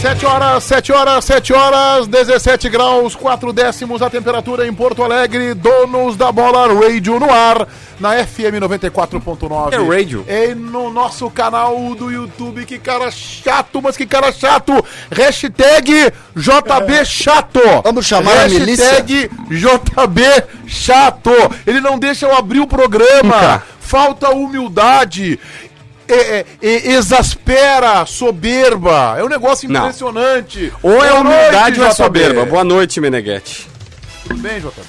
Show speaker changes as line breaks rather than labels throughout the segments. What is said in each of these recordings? Sete horas, sete horas, sete horas, 17 graus, quatro décimos a temperatura em Porto Alegre, donos da bola Radio no ar, na FM 94.9.
É radio.
E no nosso canal do YouTube, que cara chato, mas que cara chato, hashtag
É.
JB chato.
Vamos chamar a milícia?
Hashtag JB chato. Ele não deixa eu abrir o programa,
Nunca.
falta humildade. e- e- exaspera, soberba. É um negócio
Não.
impressionante.
Ou é
Boa
humildade
noite,
ou é
JB.
soberba. Boa noite, Meneghetti.
Tudo bem, JB?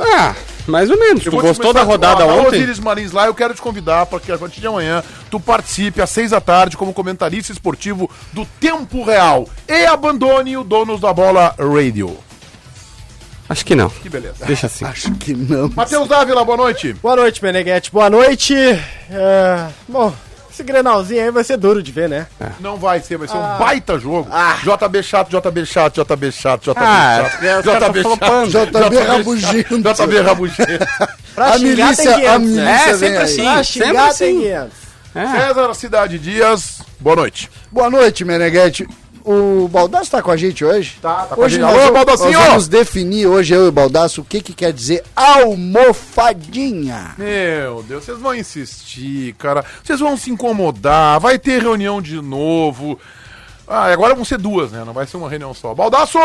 Ah, mais ou
Eu
menos. tu
vou te
gostou
começar-
da rodada
Ó, na
ontem?
Osiris Marins lá, eu quero te convidar para que a partir de amanhã tu participe às seis da tarde como comentarista esportivo do Tempo Real e abandone o Donos da Bola Radio.
Acho que não.
Que beleza.
Deixa assim.
Acho que não.
Matheus Dávila, boa noite.
Boa noite, Meneghete. Boa noite. É, Bom, esse grenalzinho aí vai ser duro de ver, né?
É.
Não vai ser, vai ser
Ah.
um baita jogo. JB chato, JB chato, JB chato, JB
Ah,
chato.
é, os caras tão flopando.
JB
tá rabugento.
rabugento.
JB rabugento.
Pra
A milícia- a milícia
né?
vem aí.
Pra xingar tem
assim.
500.
É.
César Cidade Dias, boa noite.
Boa noite, Meneghetti. O Baldaço tá com a gente hoje?
Tá, tá com a
hoje
gente.
nós
Alô,
vamos-
Baldacinho!
Nós vamos definir hoje, eu e o Baldaço, o que que quer dizer almofadinha.
Meu Deus, vocês vão insistir, cara. Vocês vão se incomodar. Vai ter reunião de novo. Ah, e agora vão ser duas, né? Não vai ser uma reunião só. Baldaço!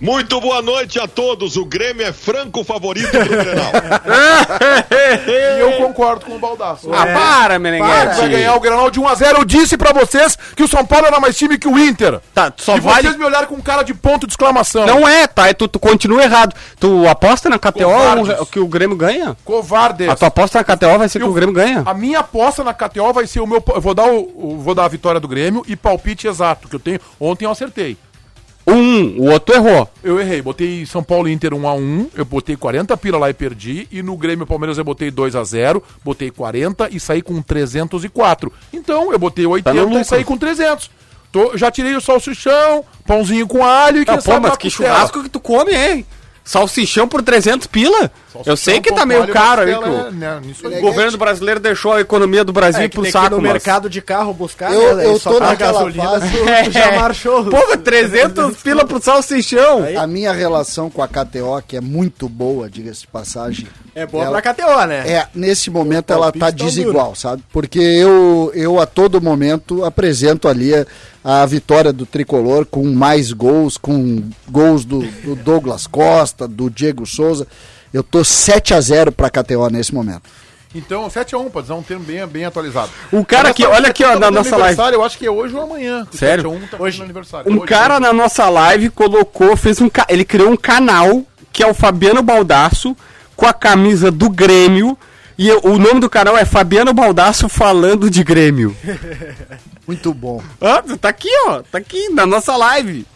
Muito boa noite a todos. O Grêmio é franco favorito do Grenal.
E eu concordo com o Baldaço.
Ah, para,
Para, vai ganhar
Meneghetti.
o Granal de 1x0. Eu disse pra vocês que o São Paulo era mais time que o Inter.
Tá, tu só
e
vale...
vocês me olharam com cara de ponto de exclamação.
Não é, tá? É Tu, tu continua errado. Tu aposta na
Covardes.
KTO o- um que o Grêmio ganha?
Covardes.
A tua aposta na KTO vai ser que
Eu-
o Grêmio ganha.
A minha aposta na KTO vai ser o meu. Eu vou dar, o, o- vou dar a vitória do Grêmio e palpite exato que eu tenho. Ontem eu acertei.
Um, o outro errou.
Eu errei, botei São Paulo e Inter 1x1, eu botei 40 pila lá e perdi, e no Grêmio e Palmeiras eu botei 2x0, botei 40 e saí com 304. Então eu botei 80
Tá lucro.
e saí com 300. Tô, já tirei o salsichão, pãozinho com alho e
Não, pô, mas
uma
que
costela.
churrasco que tu come, hein? Salsichão por 300 pila? eu sei que
Pão
tá
com
meio
alho e
caro aí, que
costela,
o,
né, nisso aí.
o governo brasileiro deixou a economia do Brasil
É, que
pro
tem que ir
saco,
no
mas-
mercado de carro buscar,
Eu,
né? daí
eu
só
tô
tá a
naquela
gasolina.
fase,
tu já marchou.
É. Pô, 300 pila pro salsichão.
a minha relação com a KTO, que é muito boa, diga-se de passagem.
É boa
ela-
pra KTO, né?
É, nesse momento ela tá
palpite tá
desigual, sabe? Porque eu, eu a todo momento apresento ali a, a vitória do Tricolor com mais gols, com gols do, do Douglas Costa, do Diego Souza. Eu tô 7 a 0 pra KTO nesse momento.
Então, 7x1, pra dizer um termo bem, bem atualizado.
O Um cara aqui, olha aqui, ó, na nossa live.
aniversário, Eu acho que é hoje ou amanhã. que o
Sério?
7x1 tá
Hoje.
fazendo aniversário.
Um
Hoje,
cara na nossa live colocou, fez um. ca- Ele criou um canal que é o Fabiano Baldaço com a camisa do Grêmio. E eu- o nome do canal é Fabiano Baldaço falando de Grêmio.
Muito bom.
Ah, tá aqui, ó. Tá aqui na nossa live.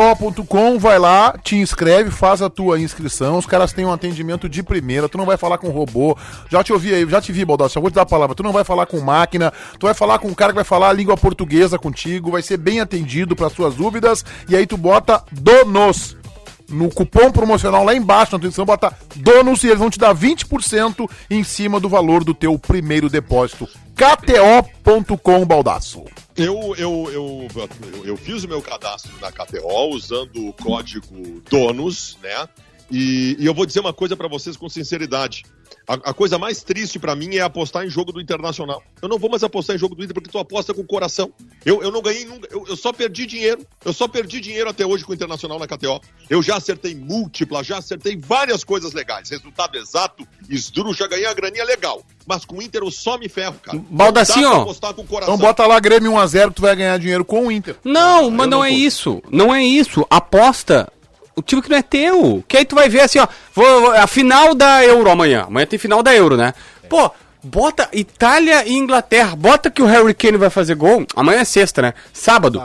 KTO.com, vai lá, te inscreve, faz a tua inscrição. Os caras têm um atendimento de primeira, tu não vai falar com robô. Já te ouvi aí, já te vi, Baldassi, eu vou te dar a palavra. Tu não vai falar com máquina, tu vai falar com um cara que vai falar a língua portuguesa contigo, vai ser bem atendido para suas dúvidas. E aí tu bota donos. No cupom promocional lá embaixo na tua inscrição, bota donos e eles vão te dar 20% em cima do valor do teu primeiro depósito. KTO.com, Baldaço.
Eu, eu, eu, eu, eu fiz o meu cadastro na KTO usando o código DONOS, né? E, e eu vou dizer uma coisa pra vocês com sinceridade. A, a coisa mais triste pra mim é apostar em jogo do Internacional. Eu não vou mais apostar em jogo do Inter porque tu aposta com o coração. Eu, eu não ganhei nunca. Eu, eu só perdi dinheiro. Eu só perdi dinheiro até hoje com o Internacional na KTO. Eu já acertei múltipla, já acertei várias coisas legais. Resultado exato, esdrúxula, ganhei a graninha legal. Mas com o Inter eu só me ferro, cara.
Baldacinho,
Não dá
ó.
pra apostar com o coração.
Então bota lá Grêmio 1x0 que tu vai ganhar dinheiro com o Inter.
Não, mas não é isso. Não é isso. Aposta o time que não é teu. Que aí tu vai ver assim, ó. vou- vou- a final da Euro amanhã. Amanhã tem final da Euro, né?
É.
Pô, bota Itália e Inglaterra. Bota que o Harry Kane vai fazer gol. Amanhã é sexta, né? Sábado.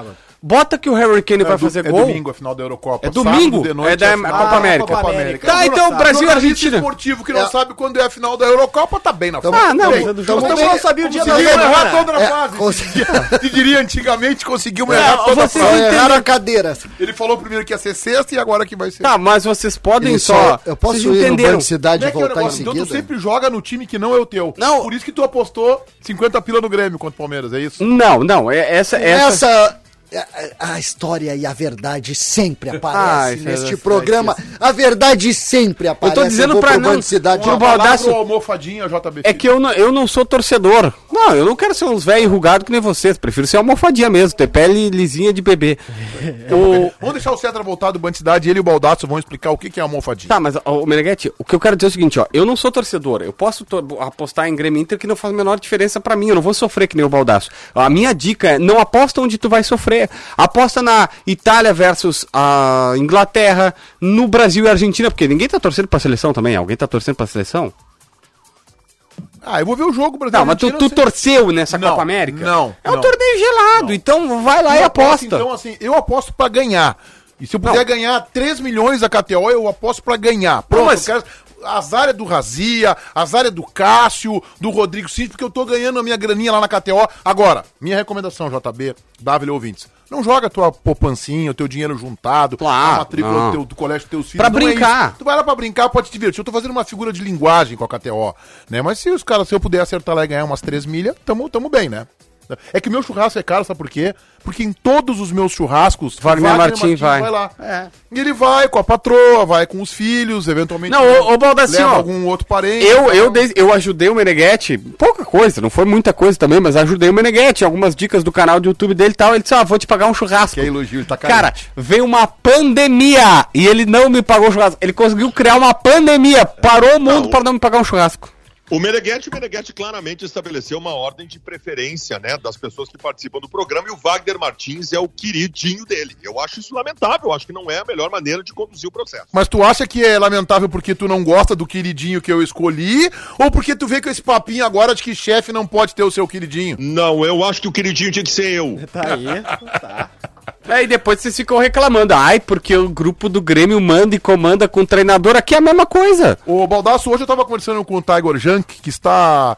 Bota que o Harry Kane vai
é do-
fazer
é
gol.
domingo a final da Eurocopa.
É domingo?
Sábado de noite
É da
a final
Copa América.
Copa
América.
Tá, então Brasil e
Jornalista
Argentina.
um esportivo que não sabe quando é a final da Eurocopa tá bem na
Então,
fase.
Ah, não,
Bem,
mas é do
então
jogo.
estamos-
Também não sabia o dia
conseguimos
da
errar
semana.
toda a
É,
fase.
consegui-
Se diria- Se diria antigamente, conseguimos errar
É,
toda a
você-
frase.
Só
entendeu?
erraram a cadeira.
Ele falou primeiro que ia ser sexta e agora que vai ser.
Tá, mas vocês podem
Ele
só.
só, eu posso
vocês
ir no
entenderam.
Banco Cidade
Como é
e
que é o
voltar em
negócio? Então
seguida?
tu sempre joga no time que não é o teu.
Não.
Por isso que tu apostou 50 pila no Grêmio contra o Palmeiras, é isso?
Não, não, é, essa, essa.
Essa... é, A a história e a verdade sempre
Ai,
aparecem neste
Jesus,
programa.
é
A verdade sempre aparece.
dizendo
vou
pra
pro
não-
Banco de Cidade.
pro
Uma
Ba-
palavra
Baldasso-
ou almofadinha, JB.
É que eu não, eu não sou torcedor. Não, eu não quero ser uns velhos enrugados que nem vocês. Prefiro ser almofadinha mesmo, ter pele lisinha de bebê. o,
Vamos deixar o Cetra voltar do Bantidade, ele e o Baldasso vão explicar o que que é almofadinha.
Tá, mas, ô, Meneghetti, o que eu quero dizer é o seguinte, ó. Eu não sou torcedor. Eu posso to- apostar em Grêmio e Inter que não faz a menor diferença pra mim. Eu não vou sofrer que nem o Baldaço. A minha dica é, não aposta onde tu vai sofrer. Aposta na Itália versus a Inglaterra, no Brasil e Argentina, porque ninguém tá torcendo pra seleção também. Alguém tá torcendo pra seleção?
Ah, eu vou ver o jogo, Brasil.
Não, mas tu, tu
Argentina, eu sei.
torceu nessa
Não,
Copa América.
não,
É um
não.
torneio gelado, então vai lá e
Eu
aposta.
aposto, Então, assim, eu aposto pra ganhar. E se eu puder
Não.
ganhar 3 milhões da KTO, eu aposto pra ganhar. Pronto,
mas-
eu quero... As áreas do Razia, as áreas do Cássio, do Rodrigo Cid, porque eu tô ganhando a minha graninha lá na KTO. Agora, minha recomendação, JB, W ouvintes, não joga tua poupancinha, o teu dinheiro juntado,
Claro,
a matrícula
não.
do, teu, do colégio dos teus filhos.
Pra
não é isso.
brincar.
Tu vai lá pra brincar, pode te divertir. Eu tô fazendo uma figura de linguagem com a KTO, né? Mas se os caras, se eu puder acertar lá e ganhar umas 3 milhas, tamo, tamo bem, né? É que meu churrasco é caro, sabe por quê? Porque em todos os meus churrascos,
Wagner Martins vai. É.
lá. E ele vai com a patroa, vai com os filhos, eventualmente
Não, ô- ô, Baldassi,
leva
ó,
algum outro parente.
Eu, eu, dei- eu ajudei o Meneghetti, pouca coisa, não foi muita coisa também, mas ajudei o Meneghetti, algumas dicas do canal do YouTube dele e tal. Ele disse, ah, vou te pagar um churrasco.
Que é elogio, ele tá carente.
Cara, veio uma pandemia e ele não me pagou o churrasco. Ele conseguiu criar uma pandemia, parou o mundo
Não.
para não me pagar um churrasco.
O Meneghetti, o Meneghetti claramente estabeleceu uma ordem de preferência, né, das pessoas que participam do programa e o Wagner Martins é o queridinho dele. Eu acho isso lamentável, eu acho que não é a melhor maneira de conduzir o processo.
Mas tu acha que é lamentável porque tu não gosta do queridinho que eu escolhi? Ou porque tu vê com esse papinho agora de que chefe não pode ter o seu queridinho?
Não, eu acho que o queridinho tinha que ser eu.
Tá aí. Tá.
Aí depois vocês ficam reclamando, ai, porque o grupo do Grêmio manda e comanda com o treinador aqui é a mesma coisa.
Ô, Baldasso, hoje eu tava conversando com o Tiger Junk, que está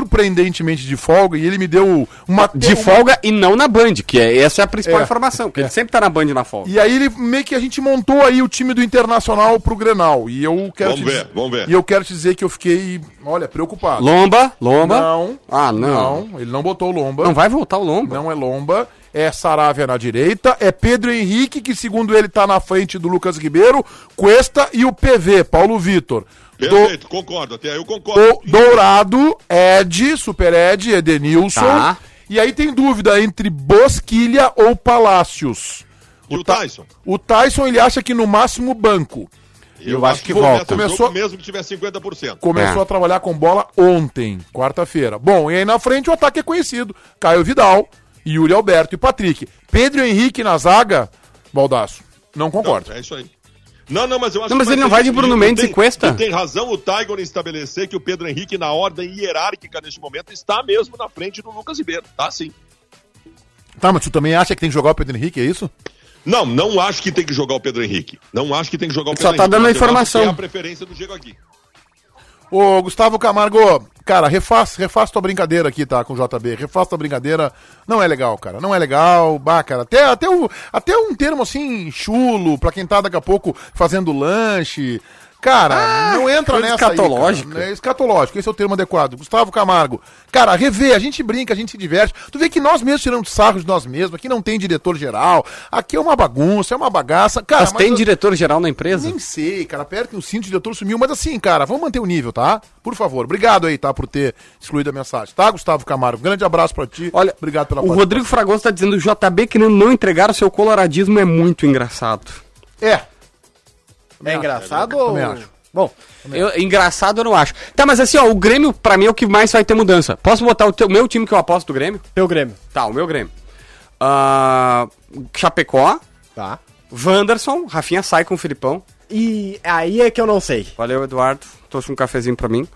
surpreendentemente de folga, e ele me deu uma...
De
uma-
folga e não na Band, que é, essa é a principal
né? É.
informação, porque ele sempre tá na Band na folga.
E aí ele meio que a gente montou aí o time do Internacional pro Grenal. E eu quero
Vamos ver,
dizer-
vamos ver.
E eu quero te dizer que eu fiquei, olha, preocupado.
Lomba, Lomba.
Não.
Ah, não.
Não, ele não botou o Lomba.
Não vai voltar o Lomba.
Não é Lomba, é Saravia na direita, é Pedro Henrique, que segundo ele tá na frente do Lucas Ribeiro, Cuesta e o PV, Paulo Vitor. Do,
Perfeito, concordo, até aí eu concordo.
do- Dourado, Ed, Super Ed, Edenilson.
Tá.
E aí tem dúvida entre Bosquilha ou Palácios.
E o
Ta-
Tyson?
O Tyson ele acha que no máximo banco.
Eu,
acho que volta.
Começou...
Começou-
mesmo que tiver 50%.
Começou
É.
a trabalhar com bola ontem, quarta-feira. Bom, e aí na frente o ataque é conhecido. Caio Vidal, Yuri Alberto e Patrick. Pedro Henrique na zaga, Baldaço. Não concordo.
É isso aí. Não, não, mas eu acho
Não, mas
que
ele
ser
não vai de
isso.
Bruno
Tu
Mendes
tem-
e Cuesta?
tu Tem razão o Tiger em estabelecer que o Pedro Henrique, na ordem hierárquica neste momento, está mesmo na frente do Lucas Ribeiro, tá sim.
Tá, mas tu também acha que tem que jogar o Pedro Henrique, é isso?
Não, não acho que tem que jogar o Pedro Henrique. Não acho que tem que jogar o
Ele
Pedro
só tá
Henrique.
dando a
Eu acho que
informação.
É a preferência do Diego aqui.
Ô, Gustavo Camargo, cara, refaz, refaz tua brincadeira aqui, tá, com o JB. Refaz tua brincadeira. Não é legal, cara. Não é legal. Bah, cara, até, até, o, até um termo assim, chulo, pra quem tá daqui a pouco fazendo lanche. Cara, não entra
Ah, coisa
nessa aí,
escatológica.
cara. É escatológico, esse é o termo adequado. Gustavo Camargo. Cara, revê, a gente brinca, a gente se diverte. Tu vê que nós mesmos tiramos sarro de nós mesmos, aqui não tem diretor-geral, aqui é uma bagunça, é uma bagaça. Cara,
mas tem diretor-geral na empresa?
nem sei, cara. Aperta o cinto, o diretor sumiu. Mas assim, cara, vamos manter o nível, tá? Por favor. Obrigado aí, tá? Por ter excluído a mensagem. Tá, Gustavo Camargo? Um grande abraço pra ti.
Olha,
obrigado pela
O Rodrigo Fragoso tá dizendo JB querendo não entregar o seu coloradismo é muito engraçado.
É.
É engraçado ou...
Também acho.
Bom,
É.
Eu- engraçado eu não acho. Tá, mas assim, ó, o Grêmio pra mim é o que mais vai ter mudança. Posso botar o teu- meu time que eu aposto do Grêmio?
teu Grêmio.
Tá, o meu Grêmio. Ah, Chapecó,
Tá.
Wanderson, Rafinha sai com o Filipão.
E aí é que eu não sei.
Valeu, Eduardo. Trouxe um cafezinho pra mim.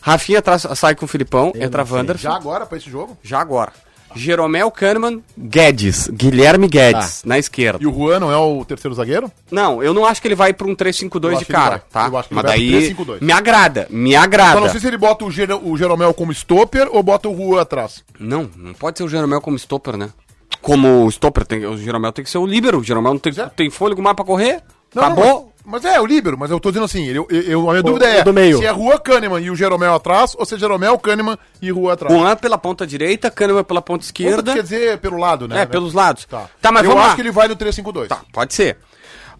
Rafinha tra- sai com o Filipão, entra Wanderson.
Já agora pra esse jogo?
Já agora. Jeromel Kahneman Guedes, Guilherme Guedes, na esquerda.
E o Juan não é o terceiro zagueiro?
Não, eu não acho que ele vai pra um 3-5-2
Eu
de
acho que
cara,
ele vai.
tá?
Eu acho que ele
Mas
vai pro
daí
3-5-2.
me agrada, me
Só Então, não sei
agrada.
se ele bota o, Jer o Jeromel como stopper ou bota o Juan atrás.
Não, não pode ser o Jeromel como stopper, né? Como stopper, tem, o Jeromel tem que ser o líbero. O Jeromel não tem,
Pois é.
tem fôlego mais pra correr? Tá
Não, não,
Acabou?
mas, mas é, o líbero, mas eu tô dizendo assim, eu, eu- eu- a minha dúvida
o
é
do meio.
se é Juan Kahneman e o Jeromel atrás ou se é Jeromel, Kahneman e Juan atrás.
Juan pela ponta direita, Kahneman pela ponta esquerda.
Puta, Quer dizer, pelo lado, né?
É, pelos lados.
Tá,
Tá, mas
eu
vamos
acho
lá.
que ele vai no 352.
Tá, pode ser.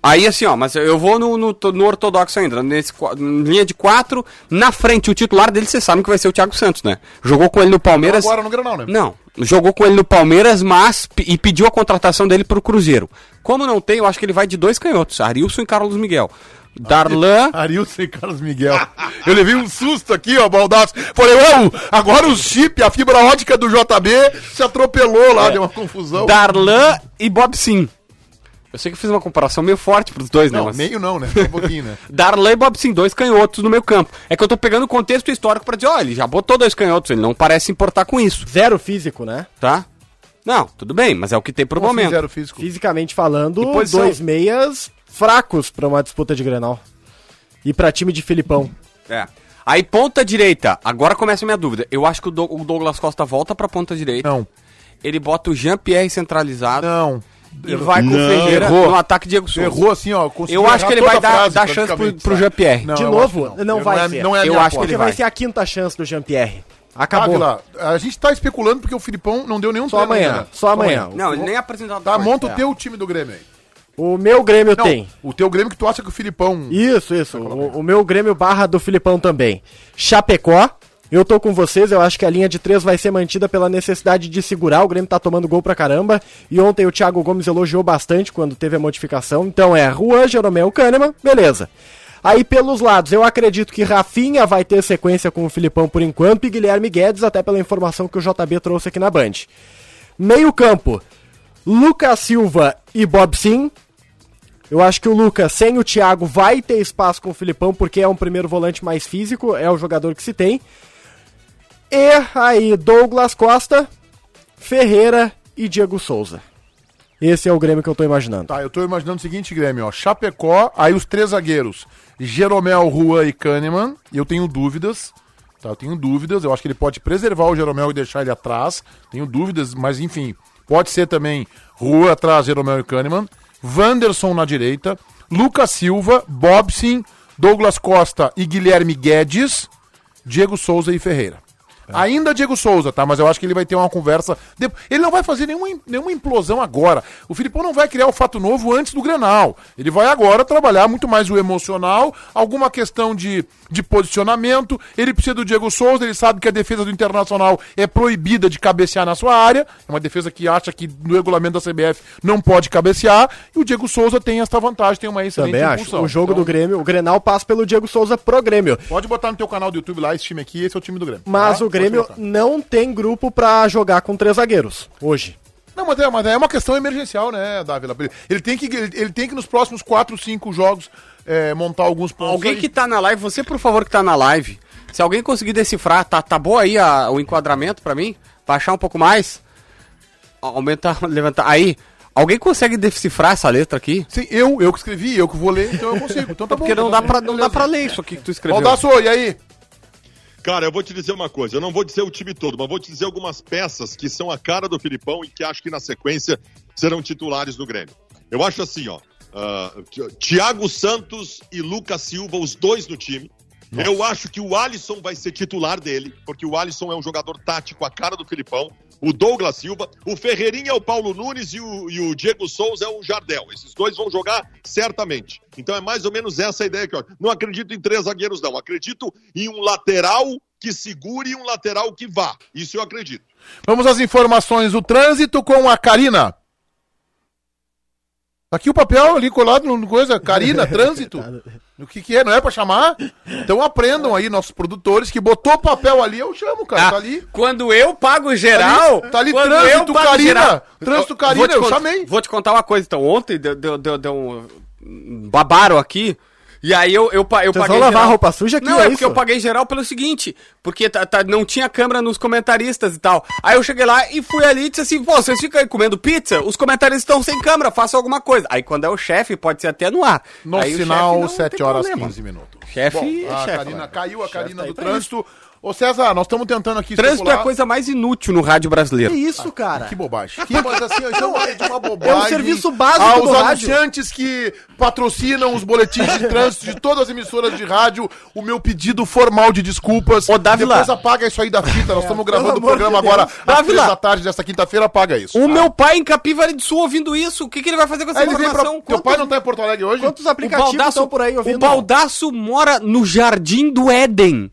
Aí assim, ó, mas eu vou no, no, no ortodoxo ainda, nesse, qua- linha de quatro, na frente, o titular dele, vocês sabem que vai ser o Thiago Santos, né? Jogou com ele no Palmeiras.
Agora no Granal, né?
Não, jogou com ele no Palmeiras, mas pe- e pediu a contratação dele pro Cruzeiro. Como não tem, eu acho que ele vai de dois canhotos, Arilson e Carlos Miguel. Darlan,
Arilson e Carlos Miguel. Eu levei um susto aqui, ó, baldaço. Falei, uau, agora o chip, a fibra ótica do JB se atropelou
É.
lá, deu uma confusão.
Darlan e Bob Sim. Eu sei que eu fiz uma comparação meio forte pros dois, né?
Não,
mas-
meio não, né? Só Um pouquinho, né?
Darlan e Bob Sim, dois canhotos no meu campo. É que eu tô pegando o contexto histórico pra dizer, ó, ele já botou dois canhotos, ele não parece se importar com isso,
Zero físico, né?
tá? Não, tudo bem, mas é o que tem pro
Como assim,
momento.
zero físico.
Fisicamente falando,
Que posição?
dois meias fracos pra uma disputa de Grenal. E pra time de Filipão.
É. Aí ponta direita, agora começa a minha dúvida. Eu acho que o, Dou- o Douglas Costa volta pra ponta direita.
Não,
Ele bota o Jean-Pierre centralizado
não.
e vai com o
Não.
Ferreira
Errou.
no ataque Diego Souza.
Errou assim, ó. conseguiu
Eu acho
errar
que ele
toda
vai
a
dar-
frase,
dar chance pro-
praticamente,
pro
sabe?
Jean-Pierre.
Não,
De
eu
novo,
acho que
não
Eu-
vai
é-
ser.
Não é a
Eu
minha
acho
aposta.
que
Porque
ele
vai
vai.
ser a quinta chance do Jean-Pierre.
Tá,
Acabou.
Vila, a gente tá especulando porque o Filipão não deu nenhum
só
treino
amanhã,
ainda.
só amanhã.
Não, ele nem é apresentado.
Tá,
hoje.
monta
É.
o teu time do Grêmio aí.
O meu Grêmio
Não,
tem.
o teu Grêmio que tu acha que o Filipão...
Isso, isso. O, o meu Grêmio barra do Filipão também. Chapecó. Eu tô com vocês, eu acho que a linha de três vai ser mantida pela necessidade de segurar. O Grêmio tá tomando gol pra caramba. E ontem o Thiago Gomes elogiou bastante quando teve a modificação. Então é Juan, Jeromel, Kahneman, beleza. Aí pelos lados, eu acredito que Rafinha vai ter sequência com o Filipão por enquanto e Guilherme Guedes, até pela informação que o JB trouxe aqui na Band. Meio campo, Lucas Silva e Bob Sim. Eu acho que o Lucas, sem o Thiago, vai ter espaço com o Filipão, porque é um primeiro volante mais físico, é o jogador que se tem. E aí, Douglas Costa, Ferreira e Diego Souza. Esse é o Grêmio que eu tô imaginando.
Tá, eu tô imaginando o seguinte, Grêmio, ó. Chapecó, aí os três zagueiros. Jeromel, Juan e Kahneman. Eu tenho dúvidas. Tá, eu tenho dúvidas. Eu acho que ele pode preservar o Jeromel e deixar ele atrás. Tenho dúvidas, mas enfim. Pode ser também Juan atrás, Jeromel e Kahneman. Wanderson na direita. Lucas Silva, Bobsin, Douglas Costa e Guilherme Guedes. Diego Souza e Ferreira.
É.
Ainda Diego Souza, tá? Mas eu acho que ele vai ter uma conversa. de- Ele não vai fazer nenhuma, im- nenhuma implosão agora. O Filipão não vai criar o fato novo antes do Grenal. Ele vai agora trabalhar muito mais o emocional, alguma questão de, de posicionamento. Ele precisa do Diego Souza, ele sabe que a defesa do Internacional é proibida de cabecear na sua área. É uma defesa que acha que no regulamento da CBF não pode cabecear. E o Diego Souza tem esta vantagem, tem uma excelente
Também acho.
impulsão.
O jogo
Então,
do Grêmio, o Grenal passa pelo Diego Souza pro Grêmio.
Pode botar no teu canal do YouTube lá, esse time aqui, esse é o time do Grêmio.
Mas
tá?
o Grêmio
Pode botar.
não tem grupo pra jogar com três zagueiros hoje.
Não, mas é, mas é uma questão emergencial, né, Dávila? Ele- Ele tem que, ele, ele tem que nos próximos 4, 5 jogos é, montar alguns pontos.
Alguém
aí.
que tá na live, você por favor que tá na live, se alguém conseguir decifrar, tá, tá boa aí a- o enquadramento pra mim? Baixar um pouco mais? A- Aumentar, levantar. Aí, alguém consegue decifrar essa letra aqui?
Sim, eu, eu que escrevi, eu que vou ler, então eu consigo. Então tá bom.
É Porque não
tá
dá,
bom.
pra, não dá pra ler isso aqui que tu escreveu.
Baldasso, e aí?
Cara, eu vou te dizer uma coisa. Eu não vou dizer o time todo, mas vou te dizer algumas peças que são a cara do Filipão e que acho que na sequência serão titulares do Grêmio. Eu acho assim, ó. ah, Ti- Thiago Santos e Lucas Silva, os dois no time. Eu acho que o Alisson vai ser titular dele, porque o Alisson é um jogador tático, a cara do Filipão. O Douglas Silva, o Ferreirinha é o Paulo Nunes e o, e o Diego Souza é o Jardel. Esses dois vão jogar certamente. Então é mais ou menos essa a ideia que eu Não acredito em três zagueiros, não. Acredito em um lateral que segure e um lateral que vá. Isso eu acredito.
Vamos às informações do trânsito com a Karina. Aqui o papel ali colado no coisa, Karina, trânsito. O que que é? Não é pra chamar? Então aprendam aí, nossos produtores, que botou papel ali, eu chamo, cara, tá ali.
Ah, Quando eu pago
geral,
geral.
tá ali trânsito, Karina. Trânsito, Karina,
vou te
eu
cont-
chamei.
Vou te contar uma coisa, então. Ontem deu, deu, deu, deu um. um Babaro aqui. E aí eu, eu, pa- eu
Vocês vão lavar a roupa suja aqui,
Não, é,
é isso?
porque eu paguei geral pelo seguinte, porque tá- tá- não tinha câmera nos comentaristas e tal. Aí eu cheguei lá e fui ali e disse assim, pô, vocês ficam aí comendo pizza? Os comentaristas estão sem câmera, façam alguma coisa. Aí quando é o chefe, pode ser até no ar.
No
Aí o chefe
final,
não
7
tem
horas
problema.
15 minutos.
Chefe
Bom,
é
a
chefe.
Karina,
mano.
caiu a Karina
tá
do
aí pra
trânsito. Ô César, nós estamos tentando aqui
Trânsito é a
estipular-
coisa mais inútil no rádio brasileiro.
Que isso, cara?
Que bobagem. Que bobagem, assim, ó, isso é uma- de uma bobagem.
É um serviço básico
aos
do rádio.
anunciantes que patrocinam os boletins de trânsito de todas as emissoras de rádio, o meu pedido formal de desculpas.
Ô, Dávila.
Depois apaga isso aí da fita, nós estamos gravando o
amor de
programa
Deus.
agora às
Dávila.
três da tarde desta quinta-feira, apaga isso.
O meu pai em Capivari do Sul ouvindo isso, o que, que Ah. ele vai fazer com essa
Aí ele vem pra...
informação?
Teu pai não tá em Porto Alegre hoje?
Quantos aplicativos estão por aí ouvindo?
O Baldaço mora no Jardim do Éden.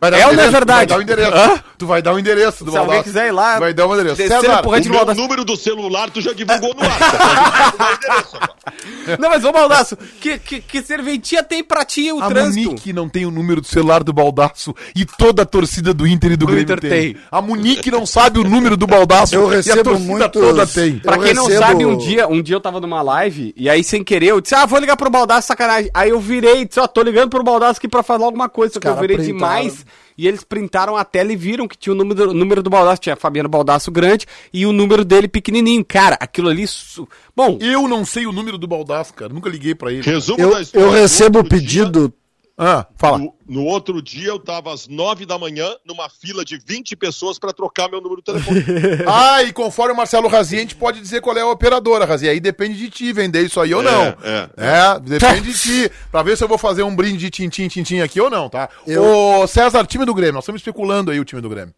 Vai dar
É
o
ou não é
endereço,
verdade?
Tu vai dar o endereço. Tu vai dar o endereço do
Se alguém
Baldaço.
quiser ir lá,
Vai dar o endereço.
descer
César,
porra de
O meu
Baldaço.
número do celular tu já divulgou no WhatsApp. Não é endereço agora.
Não, mas ô Baldaço, que, que, que serventia tem pra ti o
A
trânsito?
Munique não tem o número do celular do Baldaço e toda a torcida do Inter e do, Grêmio
Inter
tem.
tem.
A Munique não sabe o número do Baldaço
Eu
e a
recebo
torcida
muitos-
toda tem.
Pra
Eu
quem não
recebo-
sabe, um dia, um dia eu tava numa live e aí sem querer eu disse: "Ah, vou ligar pro Baldaço, sacanagem". Aí eu virei, e disse: "Ó, tô ligando pro Baldaço aqui pra falar alguma coisa", só que eu
Cara,
virei
printaram.
demais. E eles printaram a tela e viram que tinha o número, o número do Baldaço, tinha Fabiano Baldaço grande e o número dele pequenininho. Cara, aquilo ali, su- bom,
Eu não sei o número do Baldaço, cara. Nunca liguei pra ele.
Resumo
Eu,
da história.
eu recebo o
Outro dia-
pedido.
Ah, fala.
No, no outro dia eu tava às nove da manhã numa fila de 20 pessoas pra trocar meu número de telefone.
Ah, e conforme o Marcelo Razia, a gente pode dizer qual é a operadora, Razia. Aí depende de ti vender isso aí ou
É,
não.
é.
É, depende de ti. Pra ver se eu vou fazer um brinde de tintim, tintim aqui ou não, tá?
Eu-
Ô, César, time do Grêmio. Nós estamos especulando aí o time do Grêmio.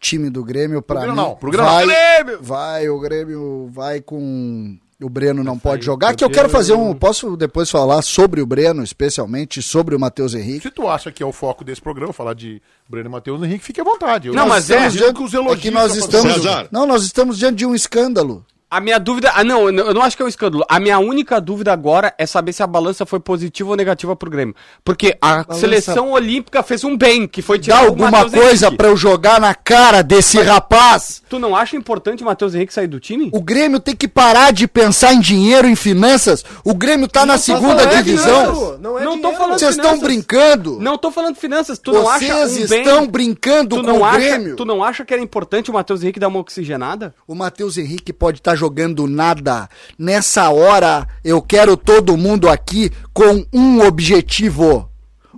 Time do Grêmio pra
Grêmio
mim.
não, pro Grêmio
vai,
não.
Vai, o Grêmio vai com. O Breno não pode jogar, que eu quero fazer um. Posso depois falar sobre o Breno, especialmente sobre o Matheus Henrique.
Se tu acha que é o foco desse programa, falar de Breno e Matheus Henrique, fique à vontade. Eu
Não, mas é,
imagino
diante-
que os elogios
é que nós
são-
estamos.
César.
Não, nós estamos diante de um escândalo.
A minha dúvida. Ah, não, eu não- eu não acho que é um escândalo. A minha única dúvida agora é saber se a balança foi positiva ou negativa pro Grêmio. Porque a seleção olímpica fez um bem, que foi
Dá
tirar o
alguma
Matheus
coisa
Henrique.
pra eu jogar na cara desse rapaz.
Tu não acha importante o Matheus Henrique sair do time?
O Grêmio tem que parar de pensar em dinheiro, em finanças. O Grêmio tá na segunda
falando de
divisão.
dinheiro. é Não é
não tô
dinheiro.
Tá falando
Vocês estão
finanças.
brincando.
Não tô falando finanças. Tu não acha
Vocês
um bem-
estão brincando
tu
com
não
o
acha,
Grêmio.
Tu não acha que era importante o Matheus Henrique dar uma oxigenada?
O Matheus Henrique pode estar jogando nada. Nessa hora, eu quero todo mundo aqui com um objetivo: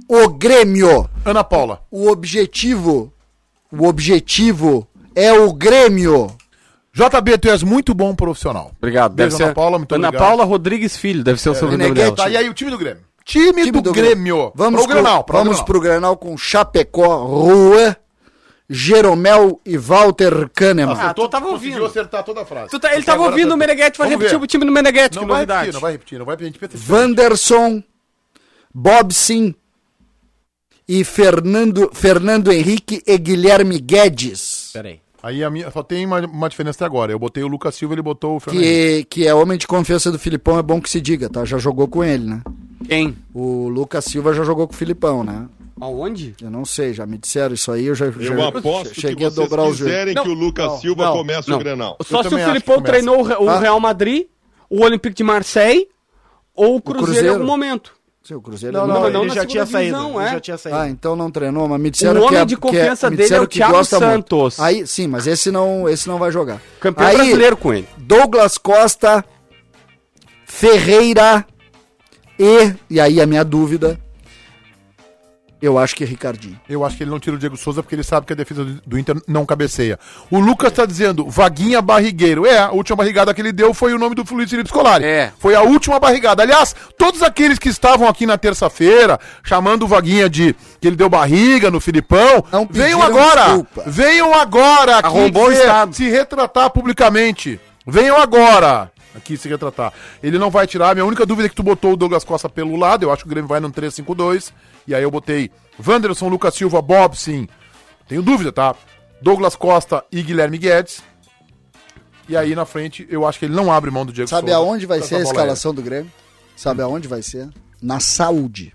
o Grêmio.
Ana Paula.
O objetivo. O objetivo é o Grêmio.
JB, tu és muito bom profissional.
Obrigado.
Beijo,
Ah, Deve ser
Ana Paula, muito
Ana
obrigado.
Paula Rodrigues Filho, deve
É,
ser o sobrenome
Meneghete.
Tá,
dela.
e aí o time do Grêmio? Time,
Time
do, Grêmio.
Vamos
pro Granal.
pro, vamos pro Granal com Chapecó, Rua, Jeromel e Walter Kahneman.
Ah,
Ah,
tu
tu tava
conseguiu
ouvindo.
acertar toda a frase.
Tu tá- ele
Até
tava
agora
ouvindo
acertou.
o tipo Meneghetti, vai
Vamos
repetir
ver.
o time do Meneghetti, que
Não vai
novidade.
repetir, não vai repetir, não vai repetir. A gente pensa-
Vanderson, Bobson e Fernando, Fernando Henrique e Guilherme Guedes,
Peraí.
Aí a minha, só tem uma, uma diferença até agora. Eu botei o Lucas Silva, ele botou o Fernando. Henrique.
que, que é homem de confiança do Filipão, é bom que se diga, tá? Já jogou com ele, né?
Quem?
O Lucas Silva já jogou com o Filipão, né?
Aonde?
Eu não sei, já me disseram isso aí, eu já,
Eu
já
aposto que
cheguei a
vocês
dobrar os joelhos.
quiserem que o Lucas Silva comece o Grenal.
Só
Eu
se o
também acho
Filipão
que começa.
treinou o Re- o
Ah.
Real Madrid, o Olympique de Marseille ou o Cruzeiro, em
Cruzeiro.
algum momento.
Seu Cruzeiro
Não,
é
não,
bom.
mas
ele
não na
já
segunda
tinha saído.
divisão,
ele
é.
já tinha saído.
Ah, então não treinou, mas me disseram
O
que é-
homem de
que é-
confiança
me
dele é
disseram
o
que
Thiago
gosta muito.
Santos.
Aí, sim, mas esse não, esse não vai jogar.
Campeão
Aí,
brasileiro com ele.
Douglas Costa, Ferreira e. E aí a minha dúvida. Eu acho que é Ricardinho.
Eu acho que ele não tira o Diego Souza porque ele sabe que a defesa do- do Inter não cabeceia. O Lucas tá dizendo, vaguinha barrigueiro. É, a última barrigada que ele deu foi o nome do Luiz Felipe Scolari.
É.
Foi a última barrigada. Aliás, todos aqueles que estavam aqui na terça-feira, chamando o Vaguinha de que ele deu barriga no Filipão,
Não
venham
pediram
agora!
desculpa.
Venham agora aqui
Arrombou o
dizer-
estado.
se retratar publicamente. Venham agora! Aqui se retratar. Ele não vai tirar. Minha única dúvida é que tu botou o Douglas Costa pelo lado. Eu acho que o Grêmio vai no 3-5-2. E aí eu botei Wanderson, Lucas Silva, Bob, sim. Tenho dúvida, tá? Douglas Costa e Guilherme Guedes. E aí na frente eu acho que ele não abre mão do Diego
Sabe
Souza.
aonde vai
Essa
ser a
bola
escalação do Grêmio? Sabe aonde vai ser? Na saúde.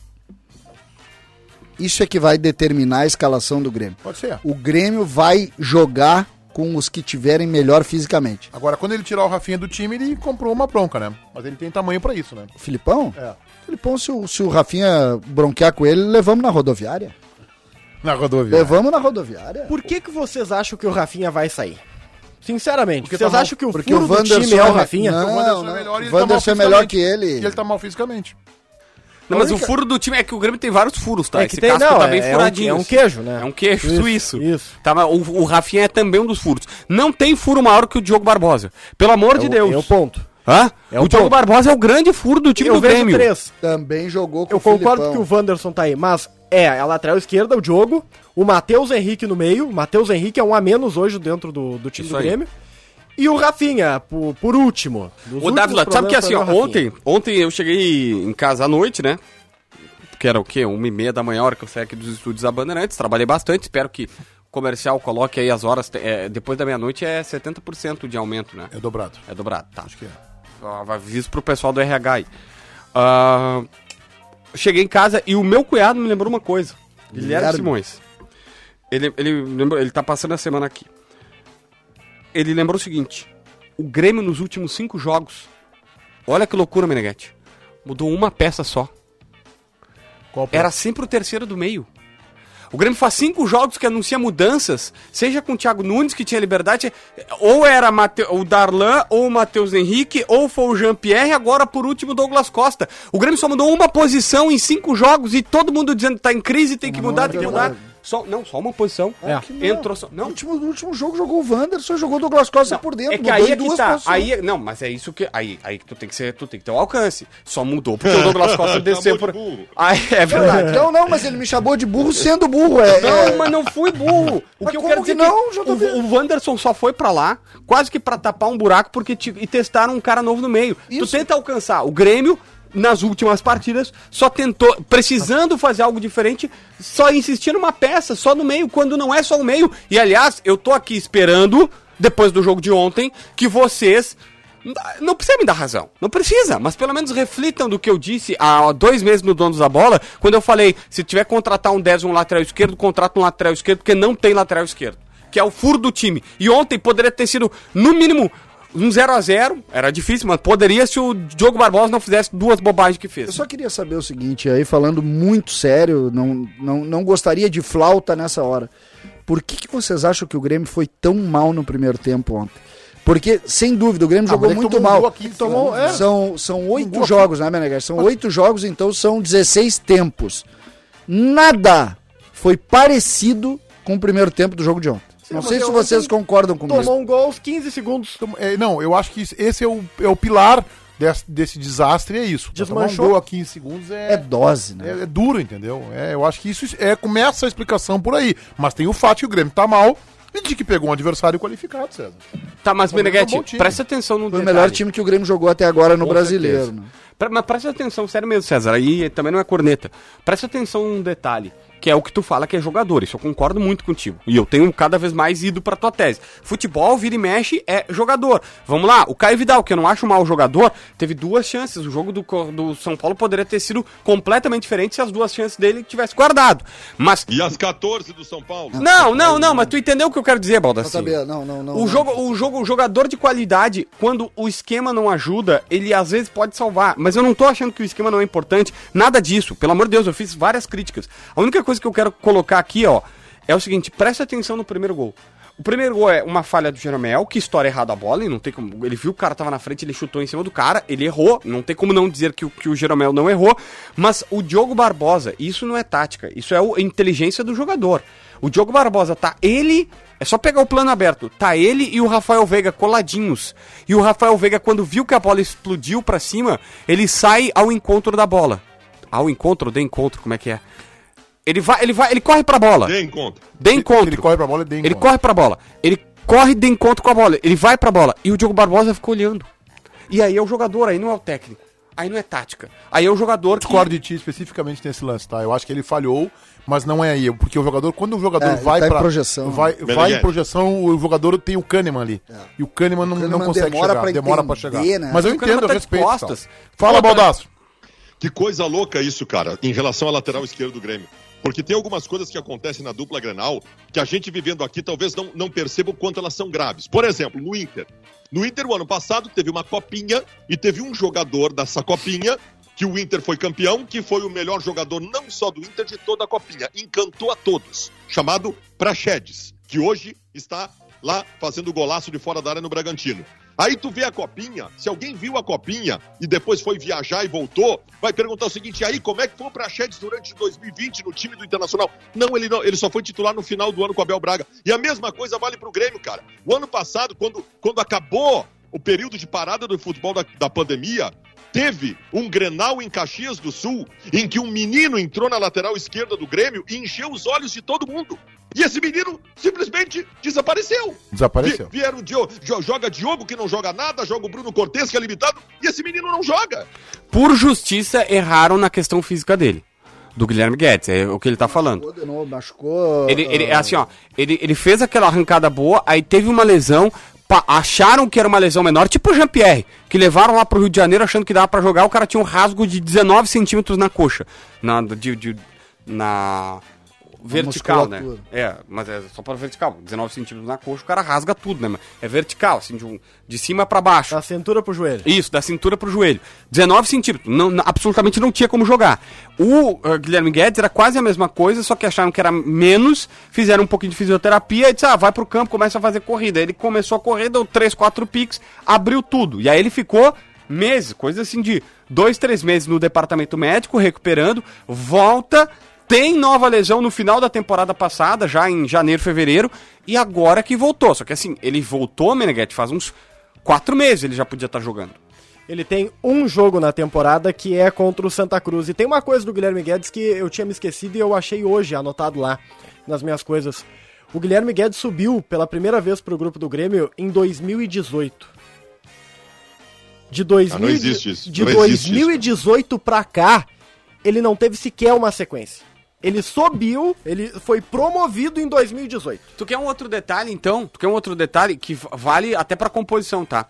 Isso é que vai determinar a escalação do Grêmio.
aérea. Pode ser.
O Grêmio vai jogar com os que tiverem melhor fisicamente.
Agora, quando ele tirar o Rafinha do time, ele comprou uma bronca, né? Mas ele tem tamanho pra isso, né?
O Filipão?
É.
Filipão, se o, se o Rafinha bronquear com ele, levamos na rodoviária.
Na
É.
rodovia.
Levamos na rodoviária.
Por que, que vocês acham que o Rafinha vai sair? Sinceramente, vocês acham que o
Porque o
furo do
Wanderson
time é o Rafinha?
Não,
Wanderson é
não.
melhor e ele
O Wanderson
tá
é
mal
melhor que
fisicamente.
ele.
E ele tá mal fisicamente.
Não, mas o furo do time é que o Grêmio tem vários furos, tá?
É que tem, não,
tá
é-
bem
é um-
furadinho.
é um
assim.
queijo, né?
É um queijo
Isso,
suíço.
isso.
Tá, mas o, o Rafinha é também um dos furos. Não tem furo maior que o Diogo Barbosa. Pelo amor de
o-
Deus.
É o ponto.
Hã?
é
o
o
Diogo
ponto.
Barbosa é o grande furo do time
eu
do
vejo
Grêmio.
três.
Também jogou com
Eu
o
concordo
Filipão.
que o Wanderson tá aí, mas é a lateral esquerda, o Diogo, o Matheus Henrique no meio. O Matheus Henrique é um a menos hoje dentro do, do time
Isso
do
aí.
Grêmio. E o Rafinha, por, por último. Dos
Ô, Dávila,
últimos
sabe que
problemas
assim,
pra
ó,
mim é o Rafinha.
ontem, ontem eu cheguei em casa à noite, né? Que era o quê? Uma e meia da manhã, a hora que eu saí aqui dos estúdios da Bandeirantes. Trabalhei bastante, espero que o comercial coloque aí as horas. é, depois da meia-noite é 70% de aumento, né?
É dobrado.
É dobrado, tá. Acho
que é.
Aviso pro pessoal do RH aí. Ah, cheguei em casa e o meu cunhado me lembrou uma coisa. Guilherme,
Guilherme.
Simões. Ele, ele, lembrou, ele tá passando a semana aqui. Ele lembrou o seguinte. O Grêmio nos últimos cinco jogos, olha que loucura, Meneghete, mudou uma peça só.
Qual o
Era sempre o terceiro do meio. O Grêmio faz cinco jogos que anuncia mudanças, seja com o Thiago Nunes, que tinha liberdade, ou era Mate- o Darlan, ou o Matheus Henrique, ou foi o Jean-Pierre, agora por último o Douglas Costa. O Grêmio só mudou uma posição em cinco jogos e todo mundo dizendo que tá em crise, tem que mudar, tem que mudar. Só, não, só uma posição.
É.
Que não.
Entrou só.
No
Não,
último, no último jogo jogou o Wanderson, jogou o Douglas Costa por dentro.
é que
mudou
aí
em
é que
duas
tá.
posições.
Aí, não, mas é isso que. Aí, aí que tu tem que ser. Tu tem que ter um alcance. Só mudou porque o Douglas Costa desceu
Chamou
por.
Tá de burro.
Aí, é verdade.
Então não, mas ele me chamou de burro sendo burro. É,
Não,
é-
mas não fui burro. O
Mas
que eu
como
quero
que
dizer é
não,
que
JB?
o, o Wanderson só foi pra lá, quase que pra tapar um buraco, porque te- e testaram um cara novo no meio. Tu
Isso.
tenta alcançar o Grêmio nas últimas partidas, só tentou, precisando fazer algo diferente, só insistir numa peça, só no meio, quando não é só o meio. E aliás, eu tô aqui esperando, depois do jogo de ontem, que vocês. Não precisa me dar razão. Não precisa, mas pelo menos reflitam do que eu disse há dois meses no Donos da Bola, quando eu falei: se tiver que contratar um 10 e um lateral esquerdo, contrata um lateral esquerdo, porque não tem lateral esquerdo. Que é o furo do time. E ontem poderia ter sido, no mínimo, um 0x0. Era difícil, mas poderia se o Diogo Barbosa não fizesse duas bobagens que
Eu
fez.
só queria saber o seguinte, aí falando muito sério, não, não, não gostaria de flauta nessa hora. Por que, que vocês acham que o Grêmio foi tão mal no primeiro tempo ontem? Porque, sem dúvida, o Grêmio jogou
mas ele
muito
tomou um
mal.
gol aqui, tomou- é.
São, são oito jogos, né, Menegas? São oito jogos, então são 16 tempos. Nada foi parecido com o primeiro tempo do jogo de ontem. Não
mas
sei
é
eu-
se vocês concordam comigo.
Tomou um gol aos 15 segundos.
Então, é, não, eu acho que isso- esse é o, é o pilar desse, desse desastre, é isso. Pra tomar
Desmanchou.
Um gol a 15 segundos é,
É dose, né?
é- é duro, entendeu? É, eu acho que isso é, começa a explicação por aí. Mas tem o fato que o Grêmio tá mal e de que pegou um adversário qualificado, César.
Tá,
Mas
mas
é um
Meneghete,
bom time.
presta atenção no
é
Foi o melhor time que o Grêmio jogou até agora no
Com
brasileiro.
certeza.
né?
Pre- mas presta atenção, sério mesmo, César, aí também não é corneta. Presta atenção num detalhe, que é o que tu fala que é jogador, isso eu concordo muito contigo. E eu tenho cada vez mais ido pra tua tese. Futebol, vira e mexe, é jogador. Vamos lá, o Caio Vidal, que eu não acho mau jogador, teve duas chances. O jogo do, co- do São Paulo poderia ter sido completamente diferente se as duas chances dele tivesse guardado. Mas...
E as 14 do São Paulo?
Não, não, não, mas tu entendeu o que eu quero dizer, Baldassi.
Sabia? Não, não, não.
O
não.
jogo, o jogo, o jogador de qualidade, quando o esquema não ajuda, ele às vezes pode salvar. Mas eu não tô achando que o esquema não é importante. Nada disso. Pelo amor de Deus, eu fiz várias críticas. A única coisa que eu quero colocar aqui, ó, é o seguinte: presta atenção no primeiro gol. O primeiro gol é uma falha do Jeromel, que estoura errado a bola, e não tem como. Ele viu que o cara tava na frente, ele chutou em cima do cara, ele errou. Não tem como não dizer que, o- que o Jeromel não errou. Mas o Diogo Barbosa, isso não é tática, isso é o- a inteligência do jogador. O Diogo Barbosa tá ele é só pegar o plano aberto. Tá ele e o Rafael Veiga coladinhos. E o Rafael Veiga, quando viu que a bola explodiu pra cima, ele sai ao encontro da bola. Ao encontro, de encontro, como é que é? Ele vai, ele vai, ele corre pra bola.
Dê em conta.
De encontro.
Ele corre pra bola e dê
Ele
encontro.
corre pra bola. Ele corre de encontro com a bola. Ele vai pra bola. E o Diogo Barbosa ficou olhando. E aí é o jogador, aí não é o técnico. Aí não é tática. Aí é o jogador que...
discordo de ti especificamente nesse lance, tá? Eu acho que ele falhou, mas não é aí. Porque o jogador, quando o jogador
É, ele
vai
tá em
pra.
projeção, É.
vai,
né?
vai em
Meneghete.
projeção, o jogador tem o Kahneman ali. E o Kahneman não,
Kahneman
não consegue
demora
chegar.
pra
demora pra
entender,
chegar.
né?
Mas eu
O Kahneman
entendo, eu
tá de
respeito. então.
costas.
tal. Fala,
Outra-
Baldaço.
Que coisa louca isso, cara, em relação à lateral esquerda do Grêmio. Porque tem algumas coisas que acontecem na dupla Grenal que a gente vivendo aqui talvez não, não perceba o quanto elas são graves. Por exemplo, no Inter. No Inter, o ano passado, teve uma copinha e teve um jogador dessa copinha que o Inter foi campeão, que foi o melhor jogador não só do Inter, de toda a copinha. Encantou a todos. Chamado Praxedes, que hoje está lá fazendo golaço de fora da área no Bragantino. Aí tu vê a copinha, se alguém viu a copinha e depois foi viajar e voltou, vai perguntar o seguinte: aí como é que foi o Praxedes durante 2020 no time do Internacional? Não, ele não, ele só foi titular no final do ano com o Abel Braga. E a mesma coisa vale pro Grêmio, cara. O ano passado, quando, quando acabou o período de parada do futebol da, da pandemia, teve um Grenal em Caxias do Sul, em que um menino entrou na lateral esquerda do Grêmio e encheu os olhos de todo mundo. E esse menino simplesmente desapareceu.
Desapareceu.
Vi- Vieram o Diogo, jo- joga Diogo que não joga nada, joga o Bruno Cortes que é limitado, e esse menino não joga.
Por justiça, erraram na questão física dele. Do Guilherme Guedes, é o que ele tá falando.
Machucou de novo, machucou.
Ele, ele- é assim, ó. Ele, ele fez aquela arrancada boa, aí teve uma lesão. pa- acharam que era uma lesão menor, tipo o Jean-Pierre, que levaram lá pro Rio de Janeiro achando que dava pra jogar. O cara tinha um rasgo de 19 centímetros na coxa. Na. De, de- na vertical, né?
musculatura.
É, mas é só para vertical. 19 centímetros na coxa, o cara rasga tudo, né? mano? É vertical, assim, de, um- de cima pra baixo.
Da cintura pro joelho.
Isso, da cintura pro joelho. 19 centímetros. Não, não- absolutamente não tinha como jogar. O eh, Guilherme Guedes era quase a mesma coisa, só que acharam que era menos, fizeram um pouquinho de fisioterapia e disse, ah, vai pro campo, começa a fazer corrida. Ele começou a correr, deu 3, 4 piques, abriu tudo. E aí ele ficou meses, coisa assim de 2, 3 meses no departamento médico, recuperando, volta... Tem nova lesão no final da temporada passada, já em janeiro, fevereiro, e agora que voltou. Só que assim, ele voltou, Meneghete, faz uns quatro meses ele já podia estar jogando.
Ele tem um jogo na temporada que é contra o Santa Cruz. E tem uma coisa do Guilherme Guedes que eu tinha me esquecido e eu achei hoje anotado lá nas minhas coisas. O Guilherme Guedes subiu pela primeira vez pro grupo do Grêmio em 2018. De, 2000,
Ah, não existe isso.
de
Não existe
2018 pra cá, ele não teve sequer uma sequência. Ele subiu, ele foi promovido em 2018.
Tu quer um outro detalhe, então? Tu quer um outro detalhe que v- vale até pra composição, tá?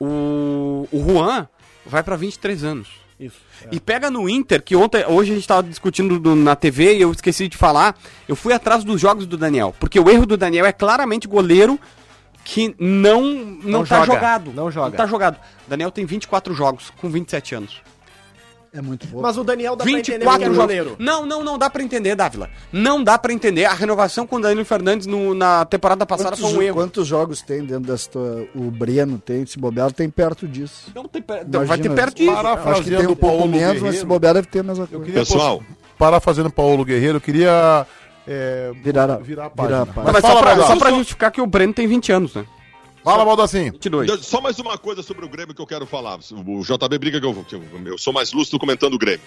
O, o Juan vai pra 23 anos.
Isso.
E pega no Inter, que ontem, hoje a gente tava discutindo do- na TV e eu esqueci de falar. Eu fui atrás dos jogos do Daniel, porque o erro do Daniel é claramente goleiro que não não,
Não
tá
joga,
jogado.
não joga.
tá jogado. Daniel tem 24 jogos com 27 anos.
É muito pouco.
Mas o Daniel dá pra entender que
24
era
jogos.
goleiro.
Não, não, não dá pra entender, Dávila. Não dá pra entender. A renovação com o Danilo Fernandes no- na temporada passada
Quantos,
foi um erro.
quantos jogos tem dentro dessa tua- O Breno tem, se bobear, tem perto disso.
Não tem per-
Imagina,
Então, vai ter perto disso.
Acho que tem
Parafraseando
um
o
pouco
Paulo
menos, mas se
Guerreiro.
bobear deve ter a mesma coisa.
queria-
Pessoal,
Parafraseando o Paulo Guerreiro, eu queria. é,
Virar a-
virar a
virar
página.
a página.
Não,
fala,
mas Então, só pra,
Baldassi.
só pra justificar que o Breno tem 20 anos, né?
Fala, Baldassim.
22.
Deixa- Só mais uma coisa sobre o Grêmio que eu quero falar. O JB briga que eu, que eu, eu sou mais lúcido comentando o Grêmio.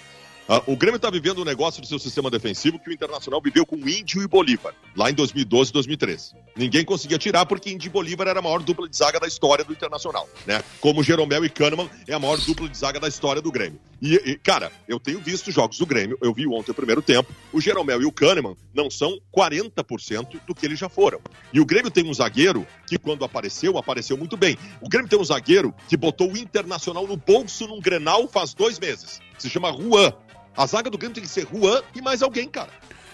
Ah, o Grêmio está vivendo um negócio do seu sistema defensivo que o Internacional viveu com Índio e Bolívar, lá em 2012, 2013. Ninguém conseguia tirar porque Índio e Bolívar era a maior dupla de zaga da história do Internacional, né? Como Jeromel e Kahneman é a maior dupla de zaga da história do Grêmio. E, e, cara, eu tenho visto jogos do Grêmio, eu vi ontem o primeiro tempo, o Jeromel e o Kahneman não são 40% do que eles já foram. E o Grêmio tem um zagueiro que, quando apareceu, apareceu muito bem. O Grêmio tem um zagueiro que botou o Internacional no bolso num Grenal faz dois meses. Se chama Juan. A zaga do Grêmio tem que ser Juan e mais alguém, cara.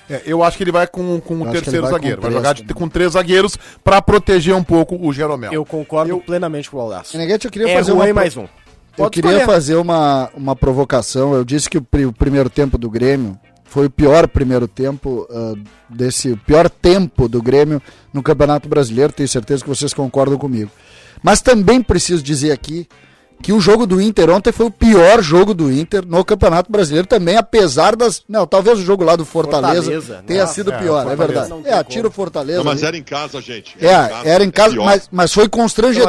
É, eu acho que ele vai com, com
acho
o
que
terceiro
ele vai com
zagueiro. vai
três
jogar de-
também.
com três zagueiros pra proteger um pouco o Jeromel.
Eu concordo plenamente com o Aldaço.
Meneghete, eu queria
É
fazer
Juan e
uma,
mais um.
Eu
Pode
queria
escolher.
fazer uma, uma provocação. Eu disse que o, pri- o primeiro tempo do Grêmio foi o pior primeiro tempo ah, desse o pior tempo do Grêmio no Campeonato Brasileiro. Tenho certeza que vocês concordam comigo. Mas também preciso dizer aqui que o jogo do Inter ontem foi o pior jogo do Inter no Campeonato Brasileiro também, apesar das não, talvez o jogo lá do Fortaleza,
Fortaleza,
tenha
nossa,
sido
é,
pior, é,
Fortaleza
verdade.
não tem
É,
como.
tira o Fortaleza.
Não, mas
né?
era em casa, gente.
É, era em casa,
pior.
mas, mas foi
Mas era o São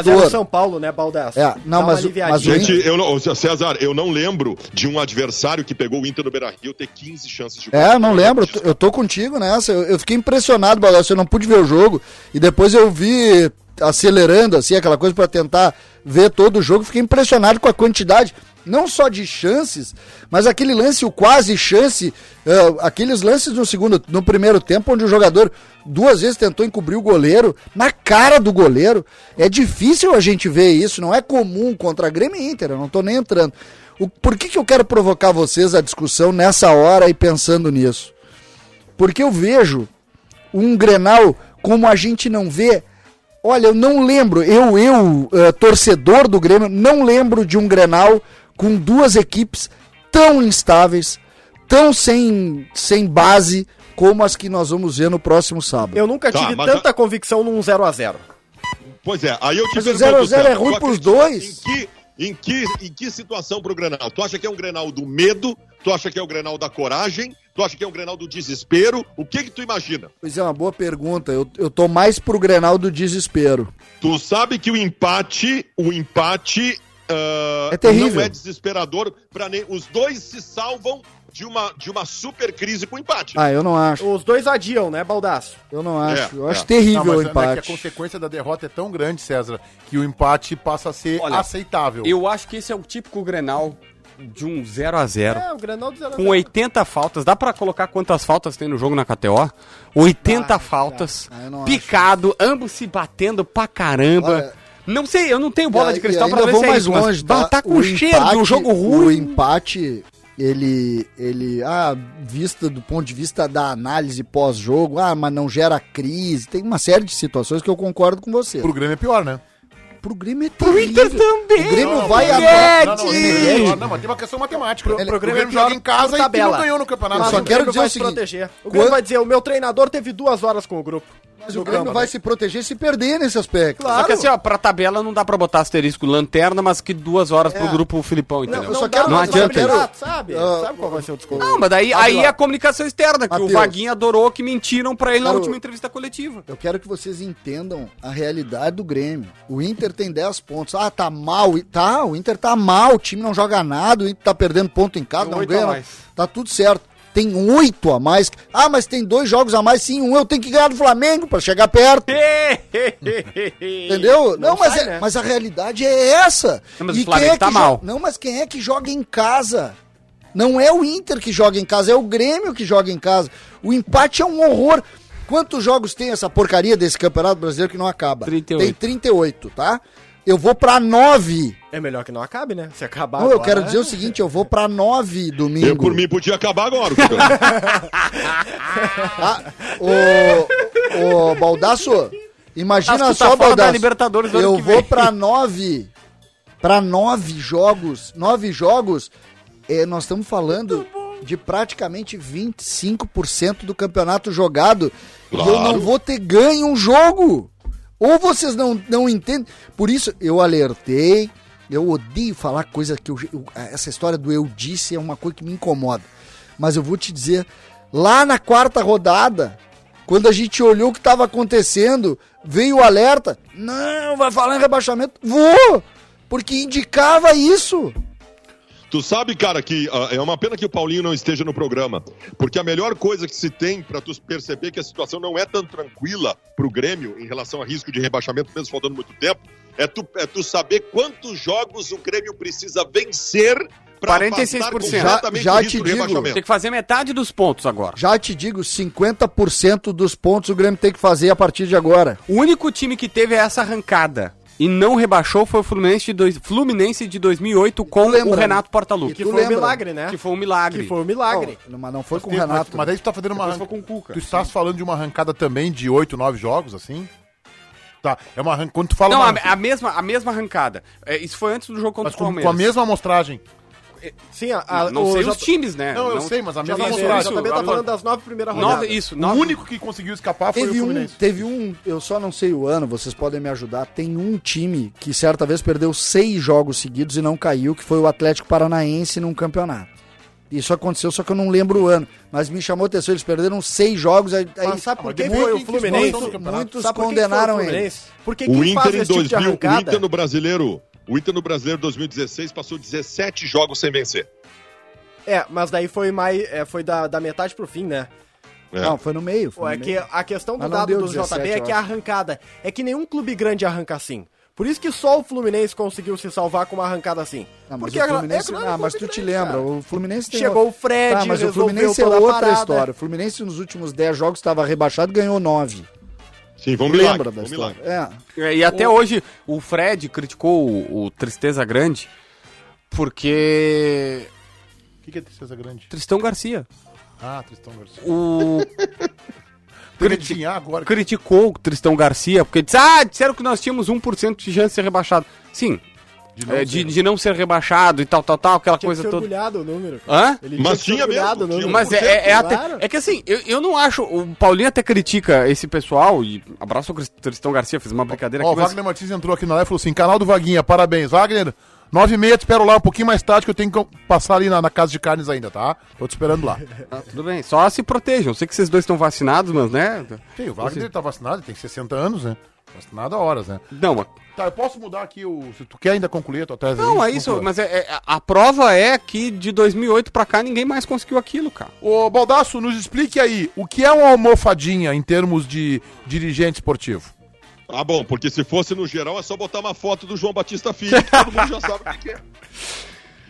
constrangedor.
Paulo, né, Baldaço?
É,
Dá
não,
uma
mas o-
aliviadinha.
mas o
Gente, eu não, ô, César, eu não lembro de um adversário que pegou o Inter no Beira-Rio ter 15 chances de gol.
É, não lembro. eu tô- Eu tô contigo nessa. Eu, eu fiquei impressionado, Baldasso. Eu não pude ver o jogo. E depois eu vi acelerando, assim, aquela coisa pra tentar ver todo o jogo. Fiquei impressionado com a quantidade, não só de chances, mas aquele lance, o quase chance, eh, aqueles lances no segundo, no primeiro tempo, onde o jogador duas vezes tentou encobrir o goleiro, na cara do goleiro. É difícil a gente ver isso, não é comum contra Grêmio e Inter, eu não tô nem entrando. O- por que, que eu quero provocar vocês a discussão nessa hora e pensando nisso? Porque eu vejo um Grenal como a gente não vê. Olha, eu não lembro, eu, eu, eh, torcedor do Grêmio, não lembro de um Grenal com duas equipes tão instáveis, tão sem, sem base, como as que nós vamos ver no próximo sábado.
Eu nunca
Tá,
tive
mas
tanta convicção num 0x0.
Pois é, aí eu te
Mas o
pergunto,
0 a 0 é
Celso,
ruim
tu
pros
acredita
dois.
Em que, em, que, em que situação pro Grenal? Tu acha que é um Grenal do medo? Tu acha que é o Grenal da coragem? Tu acha que é um Grenal do desespero? O que que tu imagina?
Pois é, uma boa pergunta. Eu, eu tô mais pro Grenal do desespero.
Tu sabe que o empate, o empate ah,
É terrível.
não é desesperador para nem os dois se salvam de uma de uma super crise com empate.
Ah, eu não acho.
Os dois adiam, né, Baldaço?
Eu não acho.
É,
eu acho
é.
terrível o
é que a
empate.
consequência da derrota é tão grande, César, que o empate passa a ser
Olha,
aceitável.
Eu acho que esse é o típico Grenal de um 0 a 0
É, o Granal do 0
com 80 faltas. Dá pra colocar quantas faltas tem no jogo na KTO? 80 faltas.
Ah, eu não acho.
picado, ambos se batendo pra caramba.
Olha-
não sei, eu não tenho bola
E
de
a-
cristal
e
pra
ainda
ver
vou
se é
mais
isso, mas
longe,
bah,
tá?
tá com
O
cheiro de um
empate-
jogo
O
ruim.
empate, ele, ele, ah, vista do ponto de vista da análise pós-jogo, ah, mas não gera crise. Tem uma série de situações que eu concordo com você.
Pro Grêmio é pior, né?
Pro Grêmio é
Pro Inter
terrível.
também.
O Grêmio
Não,
vai
não,
agora.
Não, não,
Ed!
ele é pior. Não, mas tem uma questão matemática.
Ele-
o Grêmio joga em casa
é por
e
tabela.
não ganhou no campeonato.
Mas
Eu só
o
quero
Grêmio
dizer
vai
o
se
seguinte,
proteger. O Grêmio
quando-
vai dizer, o meu treinador teve duas horas com o grupo.
Mas o
No
Grêmio
campo,
vai
né?
se proteger se perder nesse aspecto.
Claro.
Só que assim, ó, pra tabela não dá pra botar asterisco lanterna, mas que duas horas
É.
pro grupo Filipão,
Não,
entendeu?
eu
não
só
dá,
quero-
não
mas
adianta
sabe,
isso.
ah, Sabe,
Ah,
sabe qual vai ser o
Tipo,
desconto?
Não, mas daí aí é a comunicação externa, que
Mateus.
o Vaguinho adorou que mentiram pra ele na
Claro.
última entrevista coletiva.
Eu quero que vocês entendam a realidade do Grêmio. O Inter tem 10 pontos. Ah, tá mal. E- Tá, o Inter tá mal. O time não joga nada. O Inter tá perdendo ponto em casa,
Tem
não
oito
ganha.
a
não-
mais.
Tá tudo certo. Tem oito a mais. Ah, mas tem dois jogos a mais. Sim, um eu tenho que ganhar do Flamengo pra chegar perto. Entendeu? Não, mas,
sai,
é-
né?
mas a realidade é essa.
Não, mas o Flamengo
que
tá
jo-
mal.
Não, mas quem é que joga em casa? Não é o Inter que joga em casa, é o Grêmio que joga em casa. O empate é um horror. Quantos jogos tem essa porcaria desse Campeonato Brasileiro que não acaba?
38.
Tem 38, tá? Eu vou pra 9.
É melhor que não acabe, né? Se acabar
Não, eu
agora,
quero
né?
dizer o seguinte, eu vou pra 9 domingo.
Eu, por mim, podia acabar agora. o campeonato.
Tá? Ô, ô Baldaço, imagina
Acho que tá
só,
fora da
Baldaço.
Libertadores do ano
eu
que
vou
vem.
pra nove. Pra nove jogos. Nove jogos. é, nós estamos falando de praticamente 25% do campeonato jogado. E eu
Claro.
não vou ter ganho um jogo. Ou vocês não, não entendem. Por isso, eu alertei. Eu odeio falar coisa que eu, eu- Essa história do eu disse é uma coisa que me incomoda. Mas eu vou te dizer, lá na quarta rodada, quando a gente olhou o que estava acontecendo, veio o alerta. Não, vai falar em rebaixamento. Vou! Porque indicava isso.
tu sabe, cara, que ah, é uma pena que o Paulinho não esteja no programa. Porque a melhor coisa que se tem pra tu perceber que a situação não é tão tranquila pro Grêmio em relação a risco de rebaixamento, mesmo faltando muito tempo, é tu, é tu saber quantos jogos o Grêmio precisa vencer pra
46%.
afastar
Já-
completamente
já
o risco
te
do
digo.
rebaixamento.
Tem que fazer metade dos pontos agora.
Já te digo, 50% dos pontos o Grêmio tem que fazer a partir de agora.
O único time que teve essa arrancada e não rebaixou foi o Fluminense de, dois, Fluminense de 2008 com
Lembra,
o Renato
E
Portaluppi.
Que
tu
foi um
lembra?
milagre, né?
Que foi um milagre.
Que foi um milagre.
Não, mas não foi com o
Tem- mas-
Renato. né?
Mas, aí tu tá fazendo uma
Depois foi
arranca-
com o Cuca.
Tu estás falando de uma arrancada também de 8, 9 jogos, assim? Tá, é uma arrancada. Quando tu fala
Não, a,
uma-
a mesma, a mesma arrancada. É, isso foi antes do jogo contra
mas
o
com, com
Palmeiras.
a mesma amostragem.
Sim, a, a-
Não, não
o
sei
J-
os times, né?
Não, eu sei, mas a
Já
mesma
tá,
Isso,
falando-
amostragem.
já também tá
Agora,
falando das nove primeiras
Nove,
rodadas.
isso,
o
nove.
único que conseguiu escapar foi
Teve
o
um,
Fluminense.
teve um, eu só não sei o ano, vocês podem me ajudar. Tem um time que certa vez perdeu seis jogos seguidos e não caiu, que foi o Atlético Paranaense num campeonato. Isso aconteceu, só que eu não lembro o ano. Mas me chamou a atenção, eles perderam seis jogos. Aí, aí
Mas sabe por
mas
que
depois
foi o
quem que
Fluminense?
desmontou no campeonato?
muitos
Sabe por que que foi o
condenaram ele.
Fluminense? Porque
O
quem faz
Inter em
esse tipo de
2000, o
arrancada...
Inter no Brasileiro, o Inter no Brasileiro 2016 passou 17 jogos sem vencer.
É, mas daí foi mais, é, foi da, da metade pro fim, né?
É.
Não, foi no meio. foi
Pô,
no
é
meio.
que a questão do
Mas não
dado
deu
do
17,
JB é
eu
que a arrancada. É que nenhum clube grande arranca assim. Por isso que só o Fluminense conseguiu se salvar com uma arrancada assim.
Ah, mas
Porque
o
a-
Fluminense,
é claro,
ah,
é um
mas tu
clube
te
grande,
lembra,
cara.
o Fluminense tem
Chegou o Fred,
Tá, mas o
resolveu
Fluminense é
toda a
outra
parada.
história. O Fluminense nos últimos 10 jogos estava rebaixado, ganhou 9.
Sim, vamos milagre.
Lembra da
foi um
história?
milagre.
É.
É, E até hoje o Fred criticou o, o Tristeza Grande porque.
O que, que é tristeza grande?
Tristão Garcia.
Ah, Tristão Garcia.
O
Criticar agora.
criticou o Tristão Garcia, porque disse: ah, disseram que nós tínhamos 1% de chance de ser rebaixado. Sim,
De
é, de, de não ser rebaixado e tal, tal, tal, aquela
Tinha que
coisa
ser
toda.
orgulhado o número. cara.
Hã?
Ele
Mas
que ser
tinha
orgulhado
mesmo,
o número.
tinha.
Mas é, é, é até,
um né? Claro.
é que assim, eu, eu não acho. O Paulinho até critica esse pessoal. E abraço ao Crist- Tristão Garcia, fez uma brincadeira
Ó, o
aqui. mas-
Wagner Martins entrou aqui na live e falou assim: canal do Vaguinha, parabéns. Wagner, 9 e meia, te espero lá um pouquinho mais tarde que eu tenho que passar ali na, na casa de carnes ainda, tá? Tô te esperando lá.
Ah, tudo bem, só se protejam. Eu sei que vocês dois estão vacinados, mas né?
Tem, o Wagner tá vacinado, ele tem 60 anos, né? Vacinado há horas, né?
Não, mas-
Tá, eu posso mudar aqui o. Se tu quer ainda concluir a tua tese?
não é
aí,
isso,
conclua.
mas é, é- a prova é que de 2008 pra cá ninguém mais conseguiu aquilo, cara.
Ô, Baldaço, nos explique aí, o que é uma almofadinha em termos de dirigente esportivo?
Ah, bom, porque se fosse no geral é só botar uma foto do João Batista Filho, que todo mundo já sabe o que que é.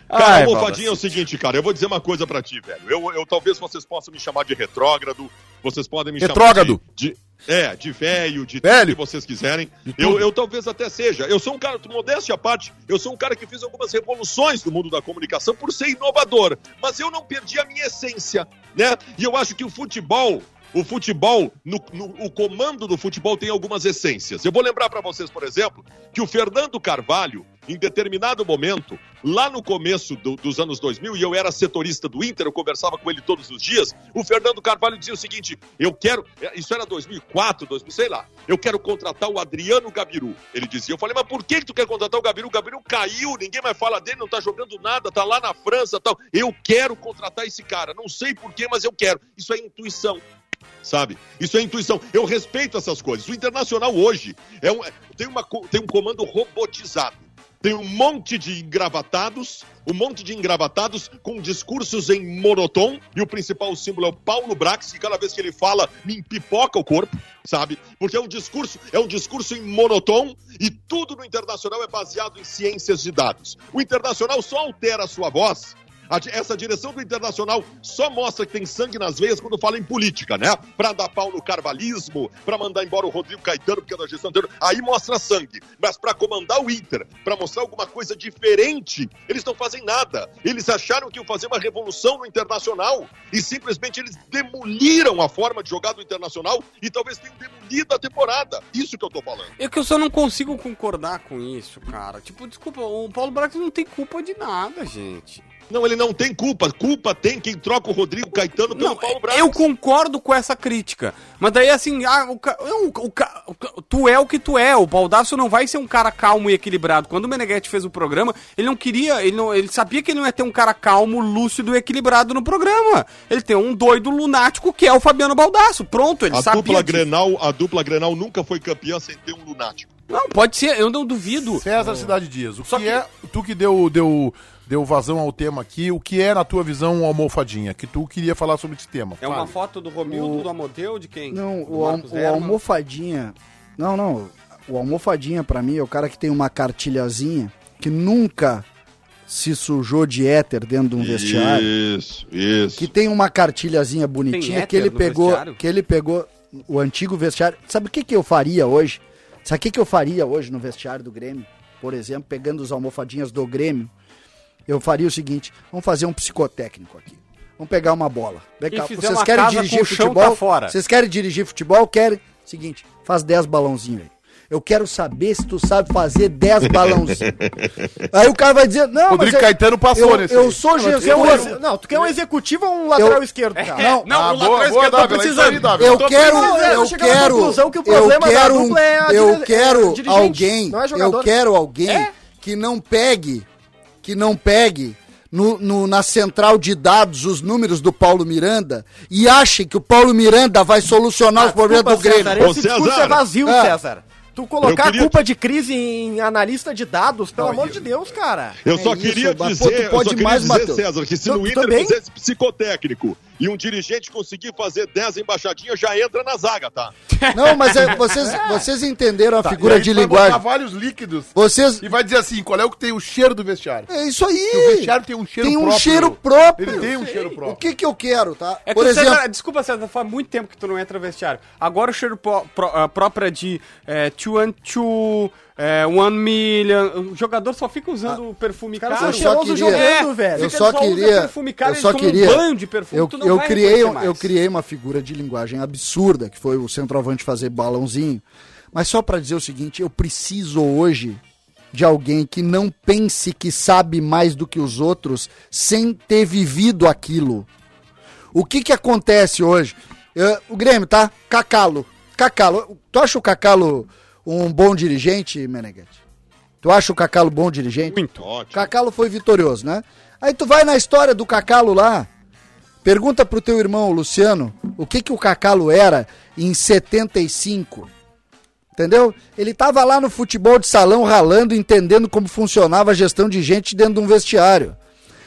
Cara,
Ai,
almofadinha é o seguinte, cara, eu vou dizer uma coisa pra ti, velho. Eu, eu talvez vocês possam me chamar de retrógrado, vocês podem me
Retrógrado.
chamar de, de é, de velho, de
Velho.
tudo que vocês quiserem.
tudo.
Eu, eu talvez até seja. Eu sou um cara, modéstia à parte, eu sou um cara que fiz algumas revoluções no mundo da comunicação por ser inovador, mas eu não perdi a minha essência, né? E eu acho que o futebol, o futebol, no, no- o comando do futebol tem algumas essências. Eu vou lembrar pra vocês, por exemplo, que o Fernando Carvalho, em determinado momento, lá no começo do- dos anos 2000, e eu era setorista do Inter, eu conversava com ele todos os dias, o Fernando Carvalho dizia o seguinte, eu quero, é, isso era 2004, 2000, sei lá, eu quero contratar o Adriano Gabiru. Ele dizia, eu falei, mas por que que tu quer contratar o Gabiru? O Gabiru caiu, ninguém mais fala dele, não tá jogando nada, tá lá na França tal. Eu quero contratar esse cara, não sei por quê, mas eu quero. Isso é intuição sabe? Isso é intuição. Eu respeito essas coisas. O Internacional hoje é um, tem, uma, co- tem um comando robotizado. Tem um monte de engravatados, um monte de engravatados com discursos em monotom, e o principal símbolo é o Paulo Brax, que cada vez que ele fala, me empipoca o corpo, sabe? Porque é um discurso, é um discurso em monotom, e tudo no Internacional é baseado em ciências de dados. O Internacional só altera a sua voz a di- Essa direção do Internacional só mostra que tem sangue nas veias quando fala em política, né? Pra dar pau no carvalismo, pra mandar embora o Rodrigo Caetano, porque é da gestão anterior, aí mostra sangue. Mas pra comandar o Inter, pra mostrar alguma coisa diferente, eles não fazem nada. Eles acharam que iam fazer uma revolução no Internacional e simplesmente eles demoliram a forma de jogar do Internacional e talvez tenham demolido a temporada. Isso que eu tô falando.
É que eu só não consigo concordar com isso, cara. Tipo, desculpa, o Paulo Brax não tem culpa de nada, gente.
Não, ele não tem culpa. Culpa tem quem troca o Rodrigo Caetano pelo
Não, é,
Paulo Braga.
eu concordo com essa crítica. Mas daí, assim, ah, o, ca- não, o ca- o ca- tu é o que tu é. O Baldasso não vai ser um cara calmo e equilibrado. Quando o Meneghetti fez o programa, ele não queria, ele, não, ele sabia que ele não ia ter um cara calmo, lúcido e equilibrado no programa. Ele tem um doido lunático que é o Fabiano Baldasso. Pronto, ele
A
sabia.
dupla,
disso.
Grenal, a dupla Grenal nunca foi campeã sem ter um lunático.
Não, pode ser, eu não duvido.
César Cidade Dias, o
Só
que,
que-
é. Tu que deu, deu, deu vazão ao tema aqui, o que é, na tua visão, uma almofadinha? Que tu queria falar sobre esse tema.
É uma
Fale.
foto do Romildo, do Amodeu, de quem?
Não,
Do
o, al-
Marcos
o
Herman?
almofadinha. Não, não. O almofadinha pra mim é o cara que tem uma cartilhazinha que nunca se sujou de éter dentro de um vestiário.
Isso, isso.
Que tem uma cartilhazinha bonitinha
Tem
que ele
éter no
pegou,
vestiário?
que ele pegou o antigo vestiário. Sabe o que que eu faria hoje? Sabe o que que eu faria hoje no vestiário do Grêmio? Por exemplo, pegando os almofadinhas do Grêmio, eu faria o seguinte, vamos fazer um psicotécnico aqui. Vamos pegar uma bola. Vem
E
cá,
fizer uma casa com o chão pra fora.
Vocês querem dirigir futebol? Querem? Seguinte, faz 10 balãozinhos aí. Eu quero saber se tu sabe fazer 10 balãozinhos. aí o cara vai dizer, não,
Rodrigo
eu-
Caetano passou
eu,
nesse aí.
Eu sou Jesus.
Tu é um exe- Não, tu quer um executivo ou um lateral
Eu- É,
esquerdo, cara?
Não,
É, Não,
Ah,
o lateral
boa, boa,
esquerdo tá
Dávila, isso aí,
precisando.
Dávila.
Eu
Tô
quero,
pensando, né?
eu
Tô chegando à
quero,
conclusão que o
eu
problema da
quero,
dupla é a
eu
dire- é
quero
o dirigente,
alguém,
não é
eu
jogador.
quero alguém que não pegue, que não pegue no, no- na central de dados os números do Paulo Miranda e ache que o Paulo Miranda vai solucionar os problemas
Desculpa,
do Grêmio.
César,
Ô,
esse discurso
César.
é vazio,
Ah.
César. Tu colocar
Eu queria
a culpa de crise em analista de dados, pelo amor de Deus, cara.
Eu só
É isso,
queria
mas, pô,
dizer,
tu pode
eu só queria
mais,
dizer,
Matheus.
César, que se
Tu-
no
tu
Inter
também?
fizesse psicotécnico e um dirigente conseguir fazer 10 embaixadinhas, já entra na zaga, tá?
Não, mas é- vocês, vocês entenderam a
Tá, E
figura
aí
de
tu vai botar
linguagem.
vários líquidos
Vocês
e vai dizer assim, qual é o que tem o cheiro do vestiário?
é isso aí.
O vestiário tem um cheiro
Tem um
próprio.
cheiro próprio.
Ele tem um cheiro próprio.
O que que eu quero, tá?
É que
Por
o
exemplo,
César, desculpa, César, faz muito tempo que tu não entra no vestiário. Agora o cheiro pró- pró- ah, próprio é de é, 212, é, 1 million. O jogador só fica usando o perfume
Cara,
caro.
Ah, são
eu só
cheiroso
queria,
jogando,
É,
velho.
fica-
Eu só
só usa
queria,
perfume caro,
eu
eles
só
tomam um
queria,
banho de perfume,
eu,
tu não
eu
vai
criei, um-
reconhecer mais.
eu criei uma figura de linguagem absurda, que foi o centroavante fazer balãozinho. Mas só pra dizer o seguinte, eu preciso hoje de alguém que não pense que sabe mais do que os outros sem ter vivido aquilo. O que que acontece hoje? Eh, o Grêmio, tá? Cacalo. Cacalo. Tu acha o Cacalo um bom dirigente, Meneghete? Tu acha o Cacalo bom dirigente?
Muito.
Ótimo.
Cacalo foi vitorioso, né? Aí tu vai na história do Cacalo lá, pergunta pro teu irmão Luciano o que que o Cacalo era em 75. Entendeu? Ele tava lá no futebol de salão ralando, entendendo como funcionava a gestão de gente dentro de um vestiário.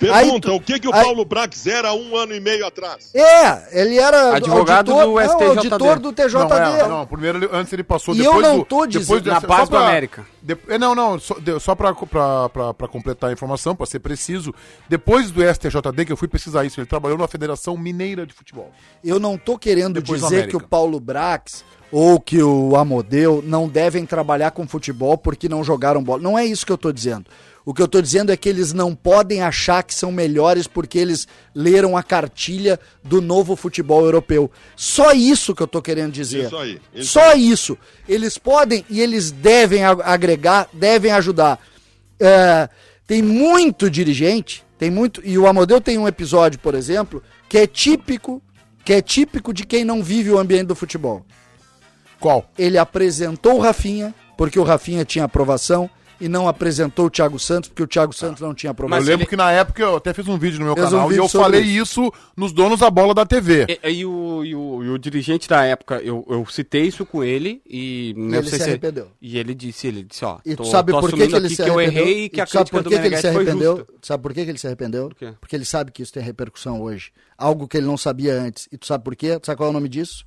Aí
Pergunta,
tu-
o que, que o
aí-
Paulo Brax era há um ano e meio atrás?
É, ele era
Advogado
auditor,
do
não,
STJD.
auditor do TJD.
Não, é, não, primeiro ele- antes ele passou
E
depois
eu não tô
do,
dizendo-
depois do-
Na
só
paz
pra-
do América.
de- é, não, não, só, de, só pra, pra, pra, pra completar a informação, pra ser preciso, depois do STJD, que eu fui pesquisar isso, ele trabalhou na Federação Mineira de Futebol.
Eu não tô querendo
Depois do
dizer
América.
que o Paulo Brax ou que o Amodeu não devem trabalhar com futebol porque não jogaram bola. Não é isso que eu tô dizendo. O que eu tô dizendo é que eles não podem achar que são melhores porque eles leram a cartilha do novo futebol europeu. Só isso que eu tô querendo dizer.
Isso aí, isso
Só isso. Eles podem e eles devem a- agregar, devem ajudar. É, tem muito dirigente, tem muito. E o Amodeu tem um episódio, por exemplo, que é típico, que é típico de quem não vive o ambiente do futebol.
Qual?
Ele apresentou o Rafinha, porque o Rafinha tinha aprovação, e não aprovação, apresentou o Thiago Santos, porque o Thiago Santos não tinha aprovação.
eu lembro que na época eu até fiz um vídeo no meu
Fez um
canal e
vídeo
eu
sobre
falei isso nos donos da bola da TV.
E, e o, e o- e o dirigente da época, eu, eu citei isso com ele e não
ele
sei
se
se
arrependeu.
E ele disse, ele disse, ó,
E tu sabe por que, que
assumindo
ele
aqui
se
que eu
arrependeu?
errei e que a
tu sabe
crítica
por
do
que, que ele se
Meneghete foi
arrependeu?
justa.
Tu sabe por que, que ele se arrependeu?
quê?
Porque ele sabe que isso tem repercussão hoje. Algo que ele não sabia antes. E tu sabe por quê? Tu sabe qual é o nome disso?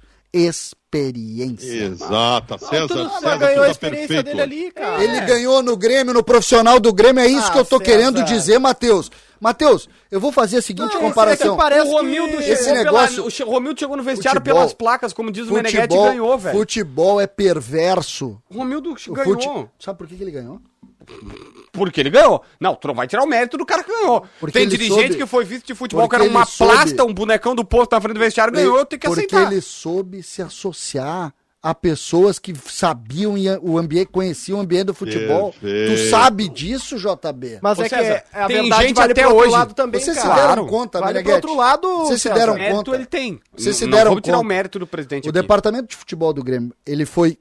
Experiência.
Exata, César,
Tudo- Ah, mas
César,
ganhou
tudo
a
tá
experiência
perfeito.
dele ali, cara.
Ele ganhou no Grêmio, no profissional do Grêmio. É isso
Ah,
que eu tô
César.
querendo dizer, Matheus. Matheus, eu vou fazer a seguinte
Não,
comparação.
esse é que parece
O Romildo,
que-
Esse
chegou
negócio-
pela- o che- Romildo chegou no vestiário
Futebol-
pelas placas, como diz o Meneghete, e
futebol,
ganhou, velho.
futebol é perverso.
O Romildo
O
ganhou.
fute- Sabe por que, que ele ganhou?
Porque ele ganhou. Não, tu não vai tirar o mérito do cara que ganhou.
Porque
Tem
ele
dirigente
soube-
que foi vice de futebol, que
Porque
era uma
ele soube-
plasta, um bonecão do posto na frente do vestiário, ganhou, tem que
porque
aceitar.
ele soube se associar a pessoas que sabiam e o ambiente, conheciam o ambiente do futebol. Tu
Perfeito.
sabe disso, JB?
Mas
Ô,
é que
César,
é- a
tem
verdade
gente
vale
até
pro outro
hoje.
lado também,
Vocês se
cara.
deram conta,
Vale pro
Meneghete?
outro lado,
Vocês se
César.
deram
Mérito
conta.
ele tem.
Vocês se
Não-
deram
Não vamos tirar o
conta.
mérito do presidente
O
aqui.
departamento de futebol do Grêmio, ele foi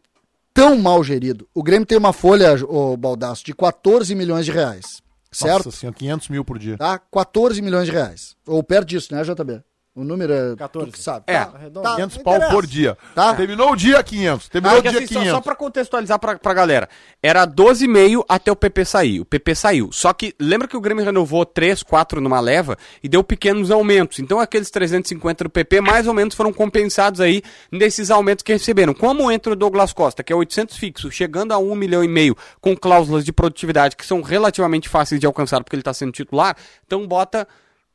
tão mal gerido. O Grêmio tem uma folha, o Baldaço, de 14 milhões de reais. Certo?
Nossa senhora, 500 mil por dia.
Tá? 14 milhões de reais. Ou perto disso, né, JB? O número é.
14.
Tu que sabe.
É.
Tá,
500
não
pau
interessa.
por dia.
Tá.
Terminou o dia 500, terminou
Ah,
o
que
dia
assim, só-
500.
Só, pra contextualizar pra, pra galera, era 12,5 até o PP sair. O PP saiu. Só que lembra que o Grêmio renovou 3, 4 numa leva e deu pequenos aumentos. Então aqueles 350 do PP mais ou menos foram compensados aí nesses aumentos que receberam. Como entra o Douglas Costa, que é 800 fixo, chegando a 1 milhão e meio com cláusulas de produtividade que são relativamente fáceis de alcançar porque ele tá sendo titular, então bota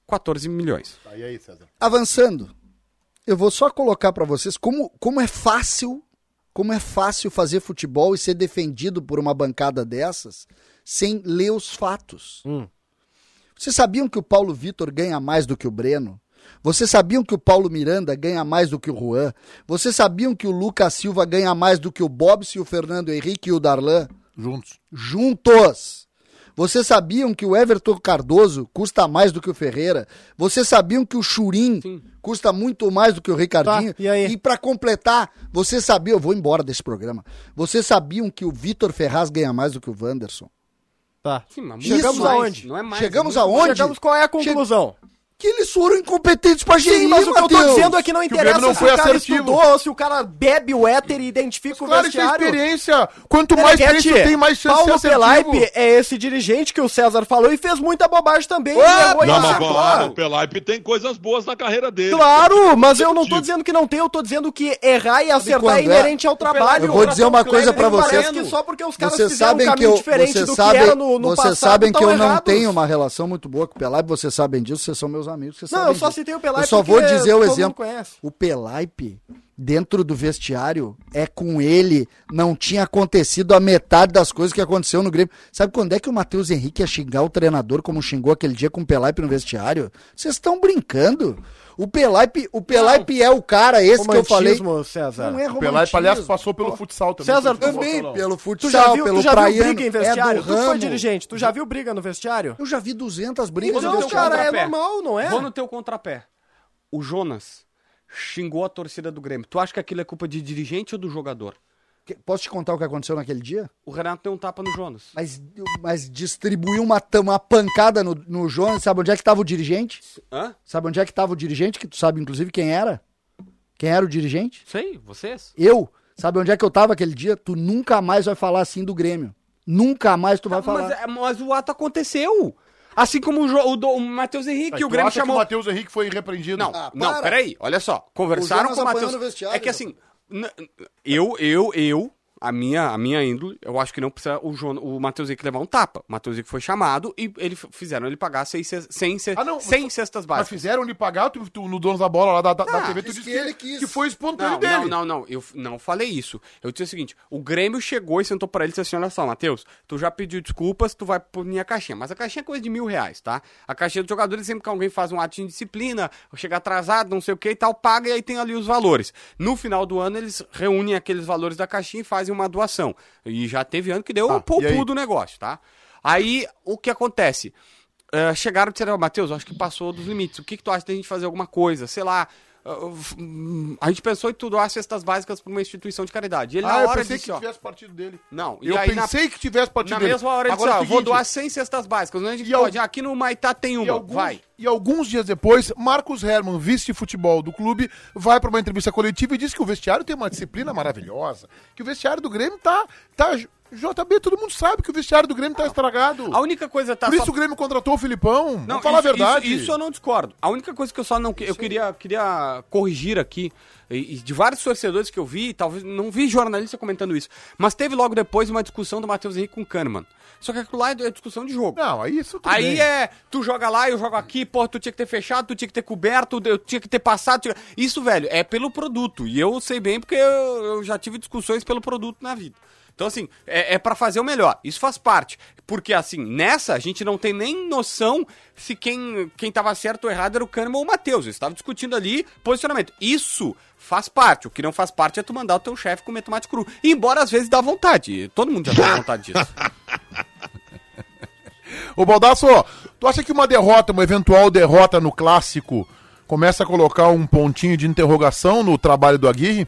14 milhões.
Avançando, eu vou só colocar pra vocês como, como é fácil, como é fácil fazer futebol e ser defendido por uma bancada dessas sem ler os fatos. Vocês sabiam que o Paulo Vitor ganha mais do que o Breno? Vocês sabiam que o Paulo Miranda ganha mais do que o Juan? Vocês sabiam que o Lucas Silva ganha mais do que o Bobson, o Fernando Henrique e o Darlan?
Juntos.
juntos. Vocês sabiam que o Everton Cardoso custa mais do que o Ferreira? Vocês sabiam que o Churim custa muito mais do que o Ricardinho?
Tá, e aí?
pra completar, vocês sabiam, eu vou embora desse programa. Vocês sabiam que o Vitor Ferraz ganha mais do que o Wanderson?
Tá.
Sim, mas muito
Chegamos
mais,
aonde?
Não é mais,
Chegamos
é muito-
aonde?
Chegamos, qual é a conclusão?
Que eles foram incompetentes pra gerir,
Sim, mas o que eu tô
Matheus.
dizendo é que não
o Grêmio
interessa
não
se
foi
o cara
assertivo.
estudou ou se o cara bebe o éter e identifica o
Claro, isso é
vestiário.
experiência. Quanto mais
Meneghetti,
experiência tem, mais chance de
Paulo
assertivo.
Pelaipe é esse dirigente que o César falou e fez muita bobagem também.
Opa!
ele errou e
Não, mas
acertou.
claro. o Pelaipe tem coisas boas na carreira dele.
Claro, mas eu não tô dizendo que não tem, eu tô dizendo que errar e acertar
quando
é inerente ao trabalho.
Eu vou dizer uma coisa pra vocês.
Parece que só porque os caras
Vocês
fizeram um
sabem que
caminho
eu,
diferente
vocês
do que
sabem,
era no, no
vocês
passado,
sabem que
tão
eu não
errados.
tenho uma relação muito boa com o Pelaipe, vocês sabem disso, vocês são meus amigos, vocês
Não,
sabem
eu só
disso.
citei o Pelaipe
Eu só vou
porque
dizer o
todo mundo
exemplo.
conhece.
O Pelaipe dentro do vestiário, é com ele, não tinha acontecido a metade das coisas que aconteceu no Grêmio. Sabe quando é que o Matheus Henrique ia xingar o treinador como xingou aquele dia com o Pelaipe no vestiário? Vocês estão brincando. O Pelaipe, o Pelaipe é o cara esse que eu falei.
Romantismo, César.
Não é romantismo.
Pelé, palhaço, passou pelo futsal também.
César, tu-
Também
Tu já
pelo futsal,
viu,
pelo
tu já viu
praiano,
briga em
é
vestiário?
do
tu que foi
ramo.
dirigente, tu já viu briga no vestiário?
Eu já vi 200 brigas
Então,
no vestiário.
cara, é
contrapé.
normal, não é?
Vou no teu contrapé. O Jonas xingou a torcida do Grêmio. Tu acha que aquilo é culpa de dirigente ou do jogador?
Que- Posso te contar o que aconteceu naquele dia?
O Renato deu um tapa no Jonas.
Mas, mas distribuiu uma, tam- uma pancada no, no Jonas. Sabe onde é que estava o dirigente?
Hã?
Sabe onde é que estava o dirigente? Que tu sabe, inclusive, quem era? Quem era o dirigente?
Sei, vocês?
Eu. Sabe onde é que eu tava aquele dia? Tu nunca mais vai falar assim do Grêmio. Nunca mais tu vai falar.
Mas, é- mas o ato aconteceu. Assim como o, jo- o, do- o Matheus Henrique,
Aí,
o
tu
Grêmio
acha que
chamou.
o Matheus Henrique foi repreendido.
Não,
Ah,
não,
para.
peraí, olha só.
O
Conversaram
Jonas
com o Matheus.
apanhou no vestiário, né?
É que assim, n- n- eu, eu, eu, a minha, a minha índole, eu acho que não precisa o, Jon, o Matheus Henrique levar um tapa. O Matheus Henrique foi chamado e ele, f- fizeram ele pagar seis, cestas- cem, ce-
Ah, não,
cem
mas-
cestas
Mas
básicas.
fizeram ele pagar tu, tu- no dono da bola lá da, da, da
Ah,
TV, tu disse
disse
que,
que ele
ele-
quis.
que foi espontâneo
Não,
dele.
não, não, não, eu f- não falei isso. Eu disse o seguinte: o Grêmio chegou e sentou pra ele e disse assim: olha só, Matheus, tu já pediu desculpas, tu vai por minha caixinha. Mas a caixinha é coisa de mil reais, tá? A caixinha do jogador, sempre que alguém faz um ato de indisciplina, chega atrasado, não sei o que e tal, paga e aí tem ali os valores. No final do ano, eles reúnem aqueles valores da caixinha e fazem uma doação. E já teve ano que deu um
Tá. e aí?
pouco do negócio, tá? Aí, o que acontece? Ah, chegaram e disseram, Matheus, acho que passou dos limites. O que, que tu acha da gente fazer alguma coisa? Sei lá. ah, f- hum, a gente pensou em tudo, ah, cestas básicas para uma instituição de caridade. E ele
Ah,
na
eu
hora
pensei
disse,
que
ó,
tivesse partido dele.
Não,
eu
aí na-
pensei que tivesse partido
na
dele.
mesma hora ele disse,
Agora
ó,
é o
vou
seguinte,
doar 100 cestas básicas. Onde a gente
E al-
pode? Ah, Aqui no Maitá tem
E
uma,
alguns,
vai.
e alguns dias depois, Marcos Herman, vice de futebol do clube, vai para uma entrevista coletiva e diz que o vestiário tem uma disciplina maravilhosa, que o vestiário do Grêmio tá tá JB, todo mundo sabe que o vestiário do Grêmio tá estragado.
A única coisa tá
Por isso
só-
o Grêmio contratou o Filipão.
Não,
Vamos falar
isso-
a verdade.
Isso, isso eu não discordo. A única coisa que eu só não. que- Eu queria, queria corrigir aqui, e, e de vários torcedores que eu vi, talvez não vi jornalista comentando isso, mas teve logo depois uma discussão do Matheus Henrique com o Kahneman. Só que aquilo lá é é discussão de jogo.
Não, aí isso tudo
Aí
bem.
é, tu joga lá, eu jogo aqui, pô, tu tinha que ter fechado, tu tinha que ter coberto, eu tinha que ter passado. tinha- Isso, velho, é pelo produto. E eu sei bem porque eu, eu já tive discussões pelo produto na vida. Então, assim, é, é para fazer o melhor. Isso faz parte. Porque, assim, nessa, a gente não tem nem noção se quem, quem tava certo ou errado era o Kahneman ou o Matheus. Eles estavam discutindo ali posicionamento. Isso faz parte. O que não faz parte é tu mandar o teu chefe comer tomate cru. Embora às vezes dá vontade. Todo mundo já dá vontade disso. é-
Ô Baldasso, tu acha que uma derrota, uma eventual derrota no clássico, começa a colocar um pontinho de interrogação no trabalho do Aguirre?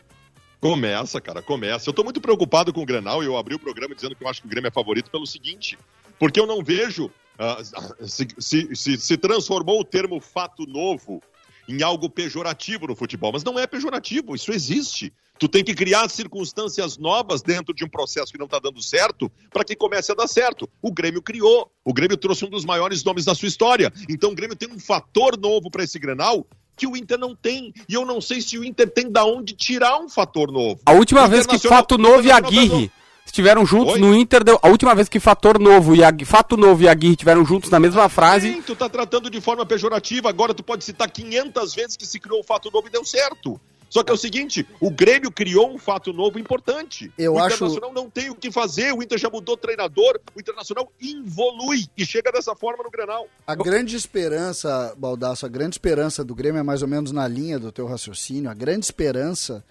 Começa, cara, começa. Eu tô muito preocupado com o Grenal e eu abri o programa dizendo que eu acho que o Grêmio é favorito pelo seguinte, porque eu não vejo ah, se, se, se, se transformou o termo fato novo em algo pejorativo no futebol, mas não é pejorativo, isso existe. Tu tem que criar circunstâncias novas dentro de um processo que não tá dando certo para que comece a dar certo. O Grêmio criou, o Grêmio trouxe um dos maiores nomes da sua história. Então o Grêmio tem um fator novo para esse Grenal que o Inter não tem. E eu não sei se o Inter tem da onde tirar um fator novo.
A última vez que
Internacional-
Fato Novo e
Internacional tá
Aguirre estiveram juntos
Oi?
no Inter, deu- a última vez que Fator Novo e Agui- Fato Novo e Aguirre estiveram juntos na mesma frase,
Sim, tu tá tratando de forma pejorativa, agora tu pode citar 500 vezes que se criou um fato novo e deu certo. Só que é o seguinte, o Grêmio criou um fato novo importante.
Eu
o
acho-
Internacional não tem o que fazer, o Inter já mudou treinador, o Internacional involui e chega dessa forma no Grenal.
A grande esperança, Baldasso, a grande esperança do Grêmio é mais ou menos na linha do teu raciocínio. A grande esperança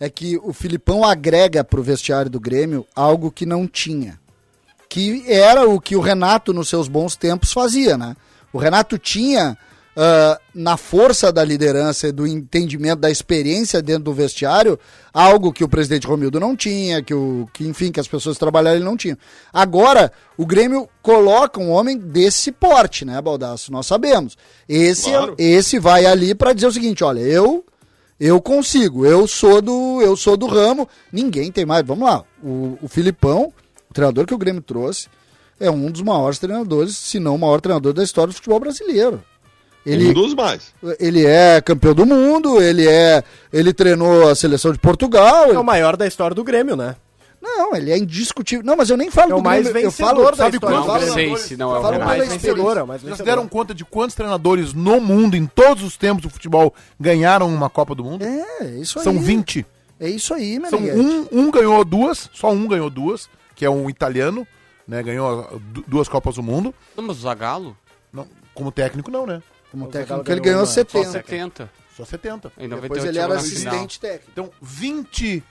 é que o Filipão agrega pro vestiário do Grêmio algo que não tinha. Que era o que o Renato, nos seus bons tempos, fazia, né? O Renato tinha, ah, na força da liderança e do entendimento da experiência dentro do vestiário, algo que o presidente Romildo não tinha, que, o, que enfim, que as pessoas que trabalharam ele não tinham. Agora, o Grêmio coloca um homem desse porte, né, Baldasso? Nós sabemos. Esse, é-
Claro.
esse vai ali para dizer o seguinte, olha, eu eu consigo, eu sou do, eu sou do ramo, ninguém tem mais. Vamos lá, o, o Filipão, o treinador que o Grêmio trouxe, é um dos maiores treinadores, se não o maior treinador da história do futebol brasileiro. Ele,
Um dos mais.
ele é campeão do mundo, ele é, ele treinou a seleção de Portugal,
É o maior da história do Grêmio, né?
Não, ele é indiscutível. Não, mas eu nem falo
É o mais
número, eu
vencedor
falo,
da
sabe
história.
Não,
quantos-
Fala,
sei
Renato.
se não é o
Fala
Renato.
mais-
mais
experiência.
vencedora, mais
Vocês
vencedora.
um
deram conta de quantos treinadores no mundo, em todos os tempos do futebol, ganharam uma Copa do Mundo?
É, isso aí.
São 20.
É isso aí, meu
São
amigo.
um, um ganhou duas, só um ganhou duas, que é um italiano, né? Ganhou du- duas Copas do Mundo.
Não, mas o Zagallo?
Não, como técnico, não, né?
Como
O
técnico,
Zagallo
ele
ganhou
ganhou
uma,
Só
70.
70.
Só 70.
Em 98
então
Depois ele
chegou
um
era
na final.
assistente técnico.
Então, 20.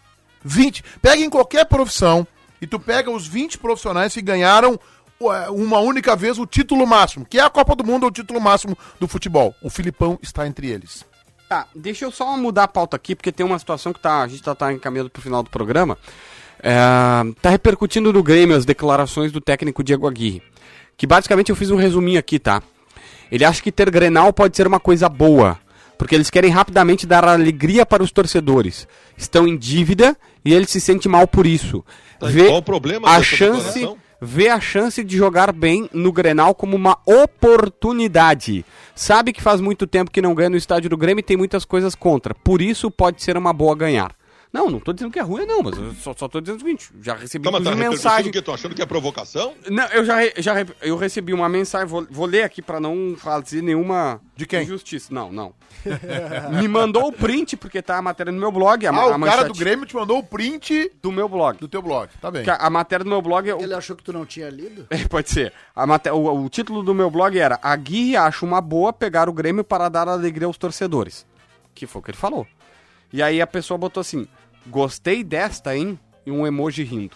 20. Pega em qualquer profissão e tu pega os 20 profissionais que ganharam ué, uma única vez o título máximo, que é a Copa do Mundo, é o título máximo do futebol. O Filipão está entre eles.
Tá, deixa eu só mudar a pauta aqui, porque tem uma situação que tá, a gente tá, tá encaminhando pro final do programa. É, tá repercutindo no Grêmio as declarações do técnico Diego Aguirre. Que basicamente eu fiz um resuminho aqui, tá? Ele acha que ter Grenal pode ser uma coisa boa, porque eles querem rapidamente dar alegria para os torcedores. Estão em dívida e ele se sente mal por isso.
Tá, e
Vê
qual o problema
a
dessa
chance
declaração?
vê a chance de jogar bem no Grenal como uma oportunidade. Sabe que faz muito tempo que não ganha no estádio do Grêmio e tem muitas coisas contra. Por isso pode ser uma boa ganhar. Não, não tô dizendo que é ruim, não, mas eu só, só tô dizendo o seguinte, já recebi
Tá, mas tá
uma
mensagem...
mensagem.
que tô achando que é provocação?
Não, eu já, re- já re- eu recebi uma mensagem, vou, vou ler aqui pra não fazer nenhuma
De quem?
injustiça. Não, não. Me mandou o print, porque tá a matéria no meu blog, a, ma-
Ah,
a
o cara
manchete
do Grêmio te mandou o print
do meu blog.
do teu blog. Tá bem.
Que A a matéria do meu blog é o
Ele achou que tu não tinha lido?
É, Pode ser. A mate- o, o título do meu blog era Aguirre acha uma boa pegar o Grêmio para dar alegria aos torcedores. Que foi o que ele falou. E aí a pessoa botou assim, gostei desta, hein? E um emoji rindo.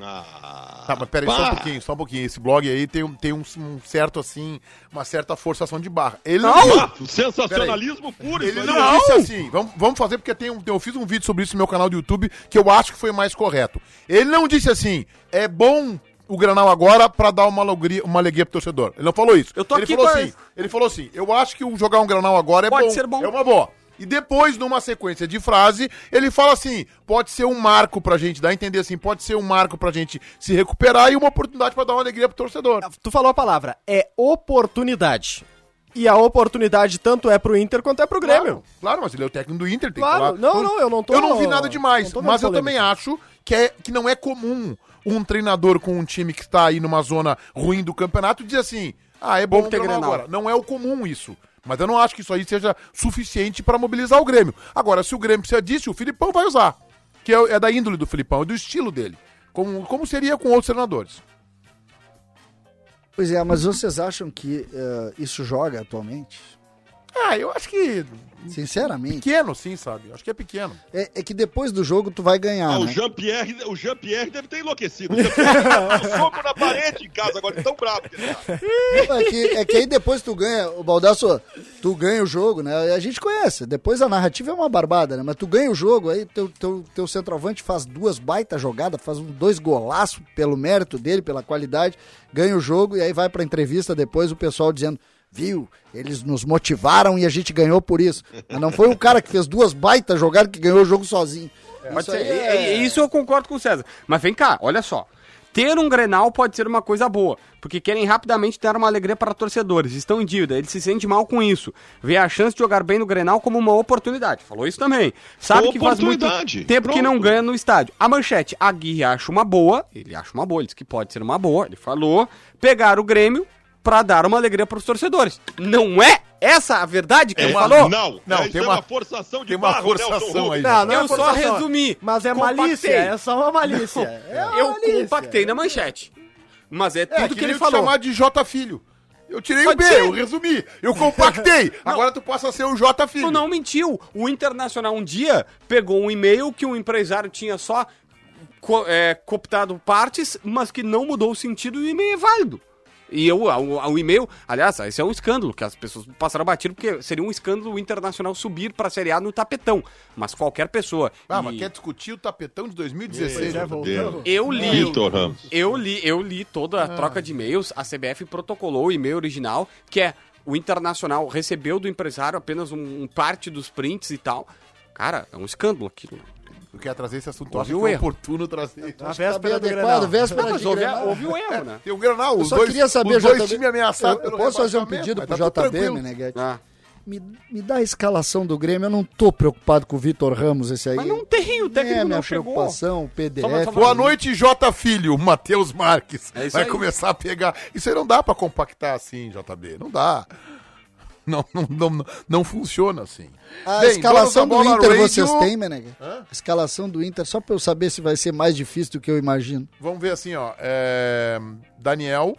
Ah,
Tá, mas peraí, só um
pá.
pouquinho, só um pouquinho. Esse blog aí tem, um- tem um, um certo, assim, uma certa forçação de barra. Ele
Ah, sensacionalismo puro
Ele
aí.
não, disse assim, vamos, vamos fazer porque tem um, eu fiz um vídeo sobre isso no meu canal do YouTube que eu acho que foi mais correto. Ele não disse assim, é bom o Granal agora pra dar uma alegria, uma alegria pro torcedor. Ele não falou isso.
Eu tô
ele
aqui
falou
com a-
assim, ele falou assim, eu acho que o jogar um Granal agora é
Pode
bom,
ser bom.
é uma boa. E depois, numa sequência de frase, ele fala assim, pode ser um marco pra gente, dá a entender assim, pode ser um marco pra gente se recuperar e uma oportunidade pra dar uma alegria pro torcedor.
Tu falou a palavra, é oportunidade. E a oportunidade tanto é pro Inter quanto é pro Grêmio.
Claro, claro, mas ele é o técnico do Inter, tem
Claro,
que falar.
não, não, eu não tô-
Eu não vi nada demais,
não tô vendo
mas eu
polêmica.
também acho que, é, que não é comum um treinador com um time que está aí numa zona ruim do campeonato dizer assim: ah, é bom
Vamos
ter
ter
Grenal
Grenal.
agora. Não é o comum isso. Mas eu não acho que isso aí seja suficiente para mobilizar o Grêmio. Agora, se o Grêmio precisa disso, o Filipão vai usar. Que é, é da índole do Filipão, é do estilo dele. Como, como seria com outros treinadores.
Pois é, mas vocês acham que eh, isso joga atualmente?
Ah, eu acho que.
Sinceramente.
Pequeno, sim, sabe? Acho que é pequeno.
É, é que depois do jogo tu vai ganhar.
Ah, o
né?
Jean-Pierre o Jean -Pierre deve ter enlouquecido. O Jean-Pierre deu um soco na parede em casa agora, de tão bravo que ele tá.
É que, é que aí depois tu ganha, o Baldasso, tu ganha o jogo, né? A gente conhece. Depois a narrativa é uma barbada, né? Mas tu ganha o jogo, aí teu, teu, teu centroavante faz duas baita jogadas, faz um, dois golaços pelo mérito dele, pela qualidade, ganha o jogo e aí vai pra entrevista depois o pessoal dizendo. Viu? Eles nos motivaram e a gente ganhou por isso. Mas não foi o cara que fez duas baita jogadas que ganhou o jogo sozinho.
É
Pode
Isso
ser.
aí é
E- e- é, Isso eu concordo com o César. Mas vem cá, olha só. Ter um Grenal pode ser uma coisa boa, porque querem rapidamente dar uma alegria para torcedores. Estão em dívida, ele se sente mal com isso. Vê a chance de jogar bem no Grenal como uma oportunidade. Falou isso também. Sabe que faz muito
Oportunidade.
tempo que não
Pronto.
ganha no estádio. A manchete, a Aguirre acha uma boa, ele acha uma boa, ele disse que pode ser uma boa, ele falou, pegar o Grêmio para dar uma alegria para os torcedores. Não é essa a verdade que ele falou?
É Não,
Não,
é,
tem
tem
uma-
uma, forçação de
tem
né,
uma
barra,
forçação
Nelson Rubens.
aí. né?
Eu
é
só
forçação,
resumi.
Mas é
Compactei.
malícia, é só uma malícia. É uma
Eu
malícia.
compactei na manchete. Mas é
É,
tudo que
queria
ele
te
falou.
chamar de J Filho. Eu tirei
Pode
o B,
ser.
eu resumi. Eu compactei. Agora tu passa a ser o J Filho.
Tu não mentiu. O Internacional um dia pegou um e-mail que um empresário tinha só co é, cooptado partes, mas que não mudou o sentido e o e-mail é válido. E eu, o, o e-mail, aliás, esse é um escândalo, que as pessoas passaram batido, porque seria um escândalo o Internacional subir pra Série A no tapetão. Mas qualquer pessoa.
Ah,
e-
mas quer discutir o tapetão de
Pois
2016.
é, voltou.
Eu li.
Vitor Ramos.
Eu li, eu li toda a troca de e-mails, a CBF protocolou o e-mail original, que é o Internacional recebeu do empresário apenas um, um parte dos prints e tal. Cara, é um escândalo aquilo.
Tu quer trazer esse assunto,
Houve
acho que
um
é
erro.
oportuno trazer.
A
Tá bem
véspera do
adequado,
Grenal.
véspera
Não, mas
de
houve,
Grenal.
houve um erro, né?
Tem o Granal,
Eu
os
só
dois,
queria saber,
os dois
JB,
times ameaçados
eu-
pelo
Eu posso fazer um
rebaixamento,
pedido
mas
pro né?
tá tudo
JB,
tranquilo.
Meneghete?
Ah.
me, me dá a escalação do Grêmio. Eu não tô preocupado com o Vitor Ramos, esse aí.
Mas não tem, o técnico
é minha
não chegou.
preocupação, o PDF.
Só- só-
Boa noite, J Filho, Matheus Marques.
É isso
Vai
aí.
começar a pegar. Isso aí não dá pra compactar assim, JB. Não dá. Não, não, não, não- não funciona assim.
A
Bem,
escalação do
donos da bola
Inter
radio,
vocês têm, Menega? A escalação do Inter, só pra eu saber se vai ser mais difícil do que eu imagino.
Vamos ver assim, ó. É, Daniel,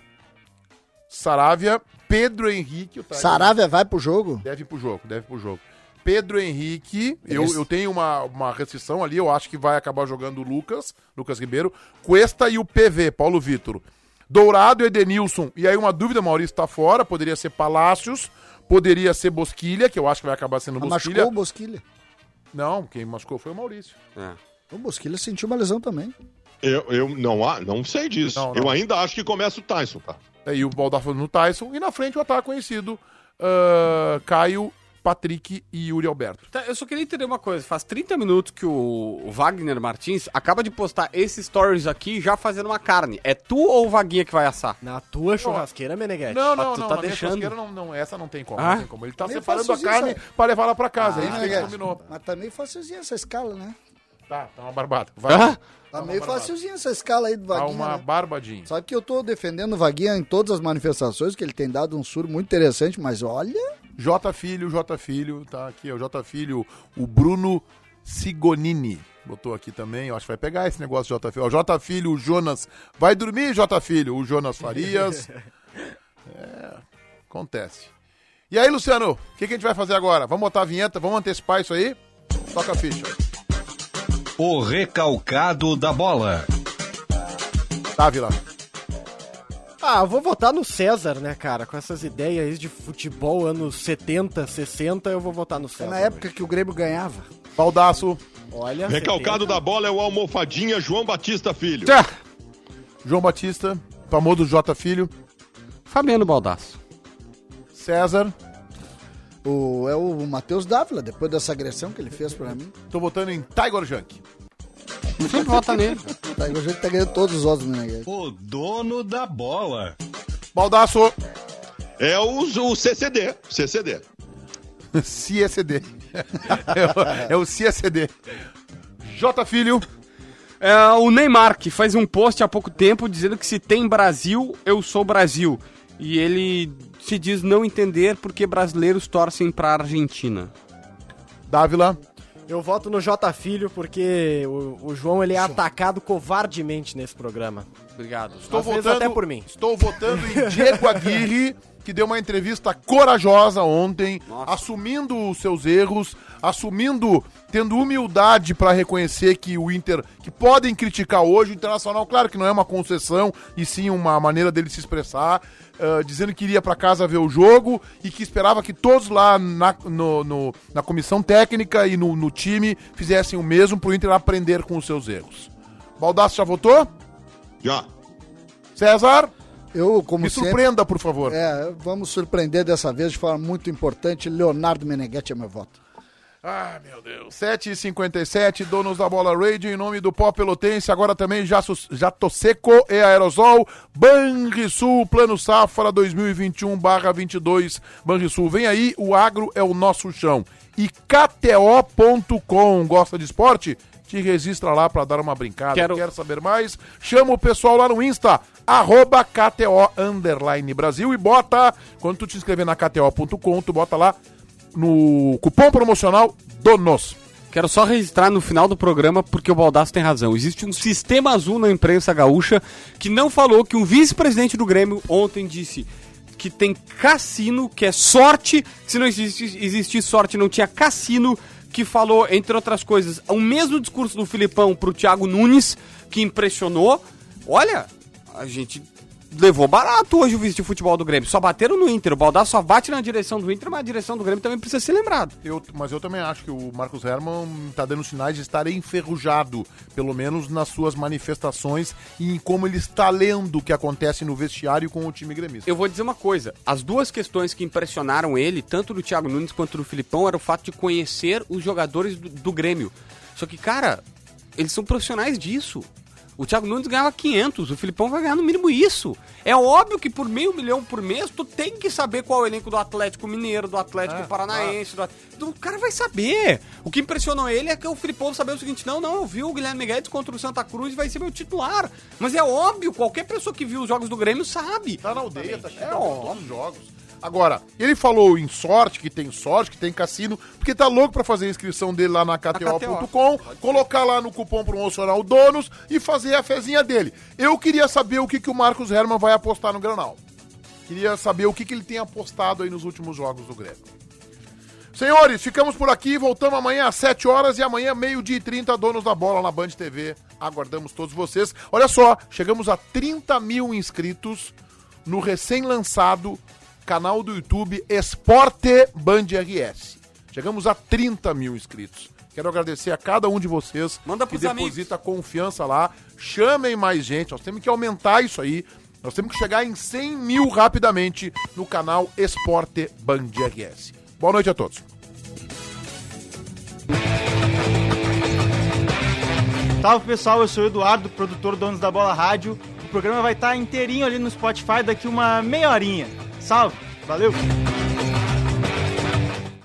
Saravia, Pedro Henrique. O Tarek
Saravia vai pro jogo?
Deve ir pro jogo, deve ir pro jogo. Pedro Henrique, eu, eu tenho uma, uma restrição ali, eu acho que vai acabar jogando o Lucas, Lucas Ribeiro, Cuesta e o PV, Paulo Vitor. Dourado e Edenilson. E aí uma dúvida, Maurício tá fora, poderia ser Palácios, poderia ser Bosquilha, que eu acho que vai acabar sendo
Ah,
Bosquilha.
Machucou o Bosquilha.
Não, quem machucou foi o Maurício.
É.
O Bosquilha sentiu uma lesão também.
Eu, eu não, há- não sei disso.
Não, não.
Eu ainda acho que começa o Tyson, tá?
Aí Né, o Baldar foi no Tyson, e na frente o ataque conhecido, ah, Caio, Patrick e Yuri Alberto.
Tá, eu só queria entender uma coisa. Faz 30 minutos que o o Wagner Martins acaba de postar esses stories aqui já fazendo uma carne. É tu ou o Vaguinha que vai assar?
Na tua churrasqueira, Meneghete.
Não,
Mas
não,
tu
não,
tá
na minha
deixando.
churrasqueira não, não, essa não tem como,
Ah?
não tem como. Ele tá
Nem
separando a
faço isso, né? Ah,
carne
sabe?
pra levar lá pra casa, é isso que a gente
Meneghetti.
combinou.
Mas tá meio facilzinha essa escala, né?
Tá, tá uma barbada. Vai.
Hã?
Tá meio facilzinha essa escala aí do
Tá
Vaguinha.
uma
né?
barbadinha.
Sabe que eu tô defendendo o Vaguinha em todas as manifestações, que ele tem dado um suro muito interessante, mas olha.
J Filho, J Filho, tá aqui, o J Filho, o Bruno Sigonini. Botou aqui também, eu acho que vai pegar esse negócio J Filho. Ó, J Filho, o Jonas. Vai dormir, J Filho, o Jonas Farias. é, acontece. E aí, Luciano, o que, que a gente vai fazer agora? Vamos botar a vinheta, vamos antecipar isso aí? Toca a ficha.
O recalcado da bola.
Tá, Vila.
Ah, eu vou votar no César, né, cara? Com essas ideias aí de futebol anos 70, 60, eu vou votar no
É
César.
na época que o Grêmio ganhava.
Baldaço,
Olha,
Recalcado da bola é o almofadinha João Batista Filho.
Tchá.
João Batista, famoso J Filho,
Fabiano Baldasso.
César.
O, é o Matheus Dávila, depois dessa agressão que ele fez pra mim.
Tô votando em Tiger Junk.
Sempre vota nele.
Tá, hoje ele tá ganhando todos os outros, né?
O dono da bola.
Baldaço,
É o, o CCD. CCD.
CSD. é, o, é o CSD. J Filho,
É, o Neymar, que faz um post há pouco tempo dizendo que se tem Brasil, eu sou Brasil. E ele se diz não entender porque brasileiros torcem pra Argentina.
Dávila,
Eu voto no J Filho porque o, o João ele é atacado covardemente nesse programa.
Obrigado.
estou
Às vezes
votando
até por mim.
Estou votando em Diego Aguirre, que deu uma entrevista corajosa ontem, assumindo os seus erros, assumindo, tendo humildade para reconhecer que o Inter, que podem criticar hoje o Internacional, claro que não é uma concessão e sim uma maneira dele se expressar, ah, dizendo que iria para casa ver o jogo e que esperava que todos lá na, no- no- na comissão técnica e no, no time fizessem o mesmo pro Inter aprender com os seus erros. Baldasso já votou?
Já.
César?
Eu, como
Me
sempre.
surpreenda, por favor.
É, vamos surpreender dessa vez de forma muito importante. Leonardo Meneghetti é meu voto.
Ah, meu Deus. 7h57, donos da bola radio, em nome do pó pelotense, agora também Jato Seco e Aerosol, Banrisul, Plano Safra 2021-22. Banrisul, vem aí, o agro é o nosso chão. E KTO.com, gosta de esporte? Te registra lá pra dar uma brincada.
Quero-
Quer saber mais? Chama o pessoal lá no Insta, arroba KTO Underline Brasil e bota, quando tu te inscrever na KTO.com, tu bota lá no cupom promocional DONOS.
Quero só registrar no final do programa, porque o Baldasso tem razão. Existe um sistema azul na imprensa gaúcha que não falou que um vice-presidente do Grêmio ontem disse que tem cassino, que é sorte. Se não existisse, existisse sorte, não tinha cassino. Que falou, entre outras coisas, o mesmo discurso do Filipão pro Thiago Nunes, que impressionou. Olha, a gente levou barato hoje o vice de futebol do Grêmio. Só bateram no Inter. O Baldasso só bate na direção do Inter, mas a direção do Grêmio também precisa ser lembrada.
Eu, mas eu também acho que o Marcos Herman tá dando sinais de estar enferrujado, pelo menos nas suas manifestações e em como ele está lendo o que acontece no vestiário com o time gremista.
Eu vou dizer uma coisa: as duas questões que impressionaram ele, tanto do Thiago Nunes quanto do Filipão, era o fato de conhecer os jogadores do, do Grêmio. Só que, cara, eles são profissionais disso. O Thiago Nunes ganhava 500, o Filipão vai ganhar no mínimo isso. É óbvio que por meio milhão por mês, tu tem que saber qual é o elenco do Atlético Mineiro, do Atlético Paranaense. do At- do- o cara vai saber. O que impressionou ele é que o Filipão sabia o seguinte: não, não, eu vi o Guilherme Guedes contra o Santa Cruz e vai ser meu titular. Mas é óbvio, qualquer pessoa que viu os jogos do Grêmio sabe.
Tá na aldeia, tá aqui,
É
tá
óbvio.
todos os jogos. Agora, ele falou em sorte, que tem sorte, que tem cassino, porque tá louco pra fazer a inscrição dele lá na KTO.com, colocar lá no cupom promocional donos e fazer a fezinha dele. Eu queria saber o que, que o Marcos Herman vai apostar no Granal. Queria saber o que, que ele tem apostado aí nos últimos jogos do Grêmio. Senhores, ficamos por aqui, voltamos amanhã às 7 horas e amanhã, meio-dia e 30, donos da bola na Band TV. Aguardamos todos vocês. Olha só, chegamos a 30 mil inscritos no recém-lançado canal do YouTube Esporte Band RS. Chegamos a 30 mil inscritos. Quero agradecer a cada um de vocês
Manda
que
pros
deposita confiança lá. Chamem mais gente, nós temos que aumentar isso aí. Nós temos que chegar em 100 mil rapidamente no canal Esporte Band RS. Boa noite a todos.
Salve pessoal, eu sou o Eduardo, produtor do Donos da Bola Rádio. O programa vai estar inteirinho ali no Spotify daqui uma meia horinha. Salve, valeu!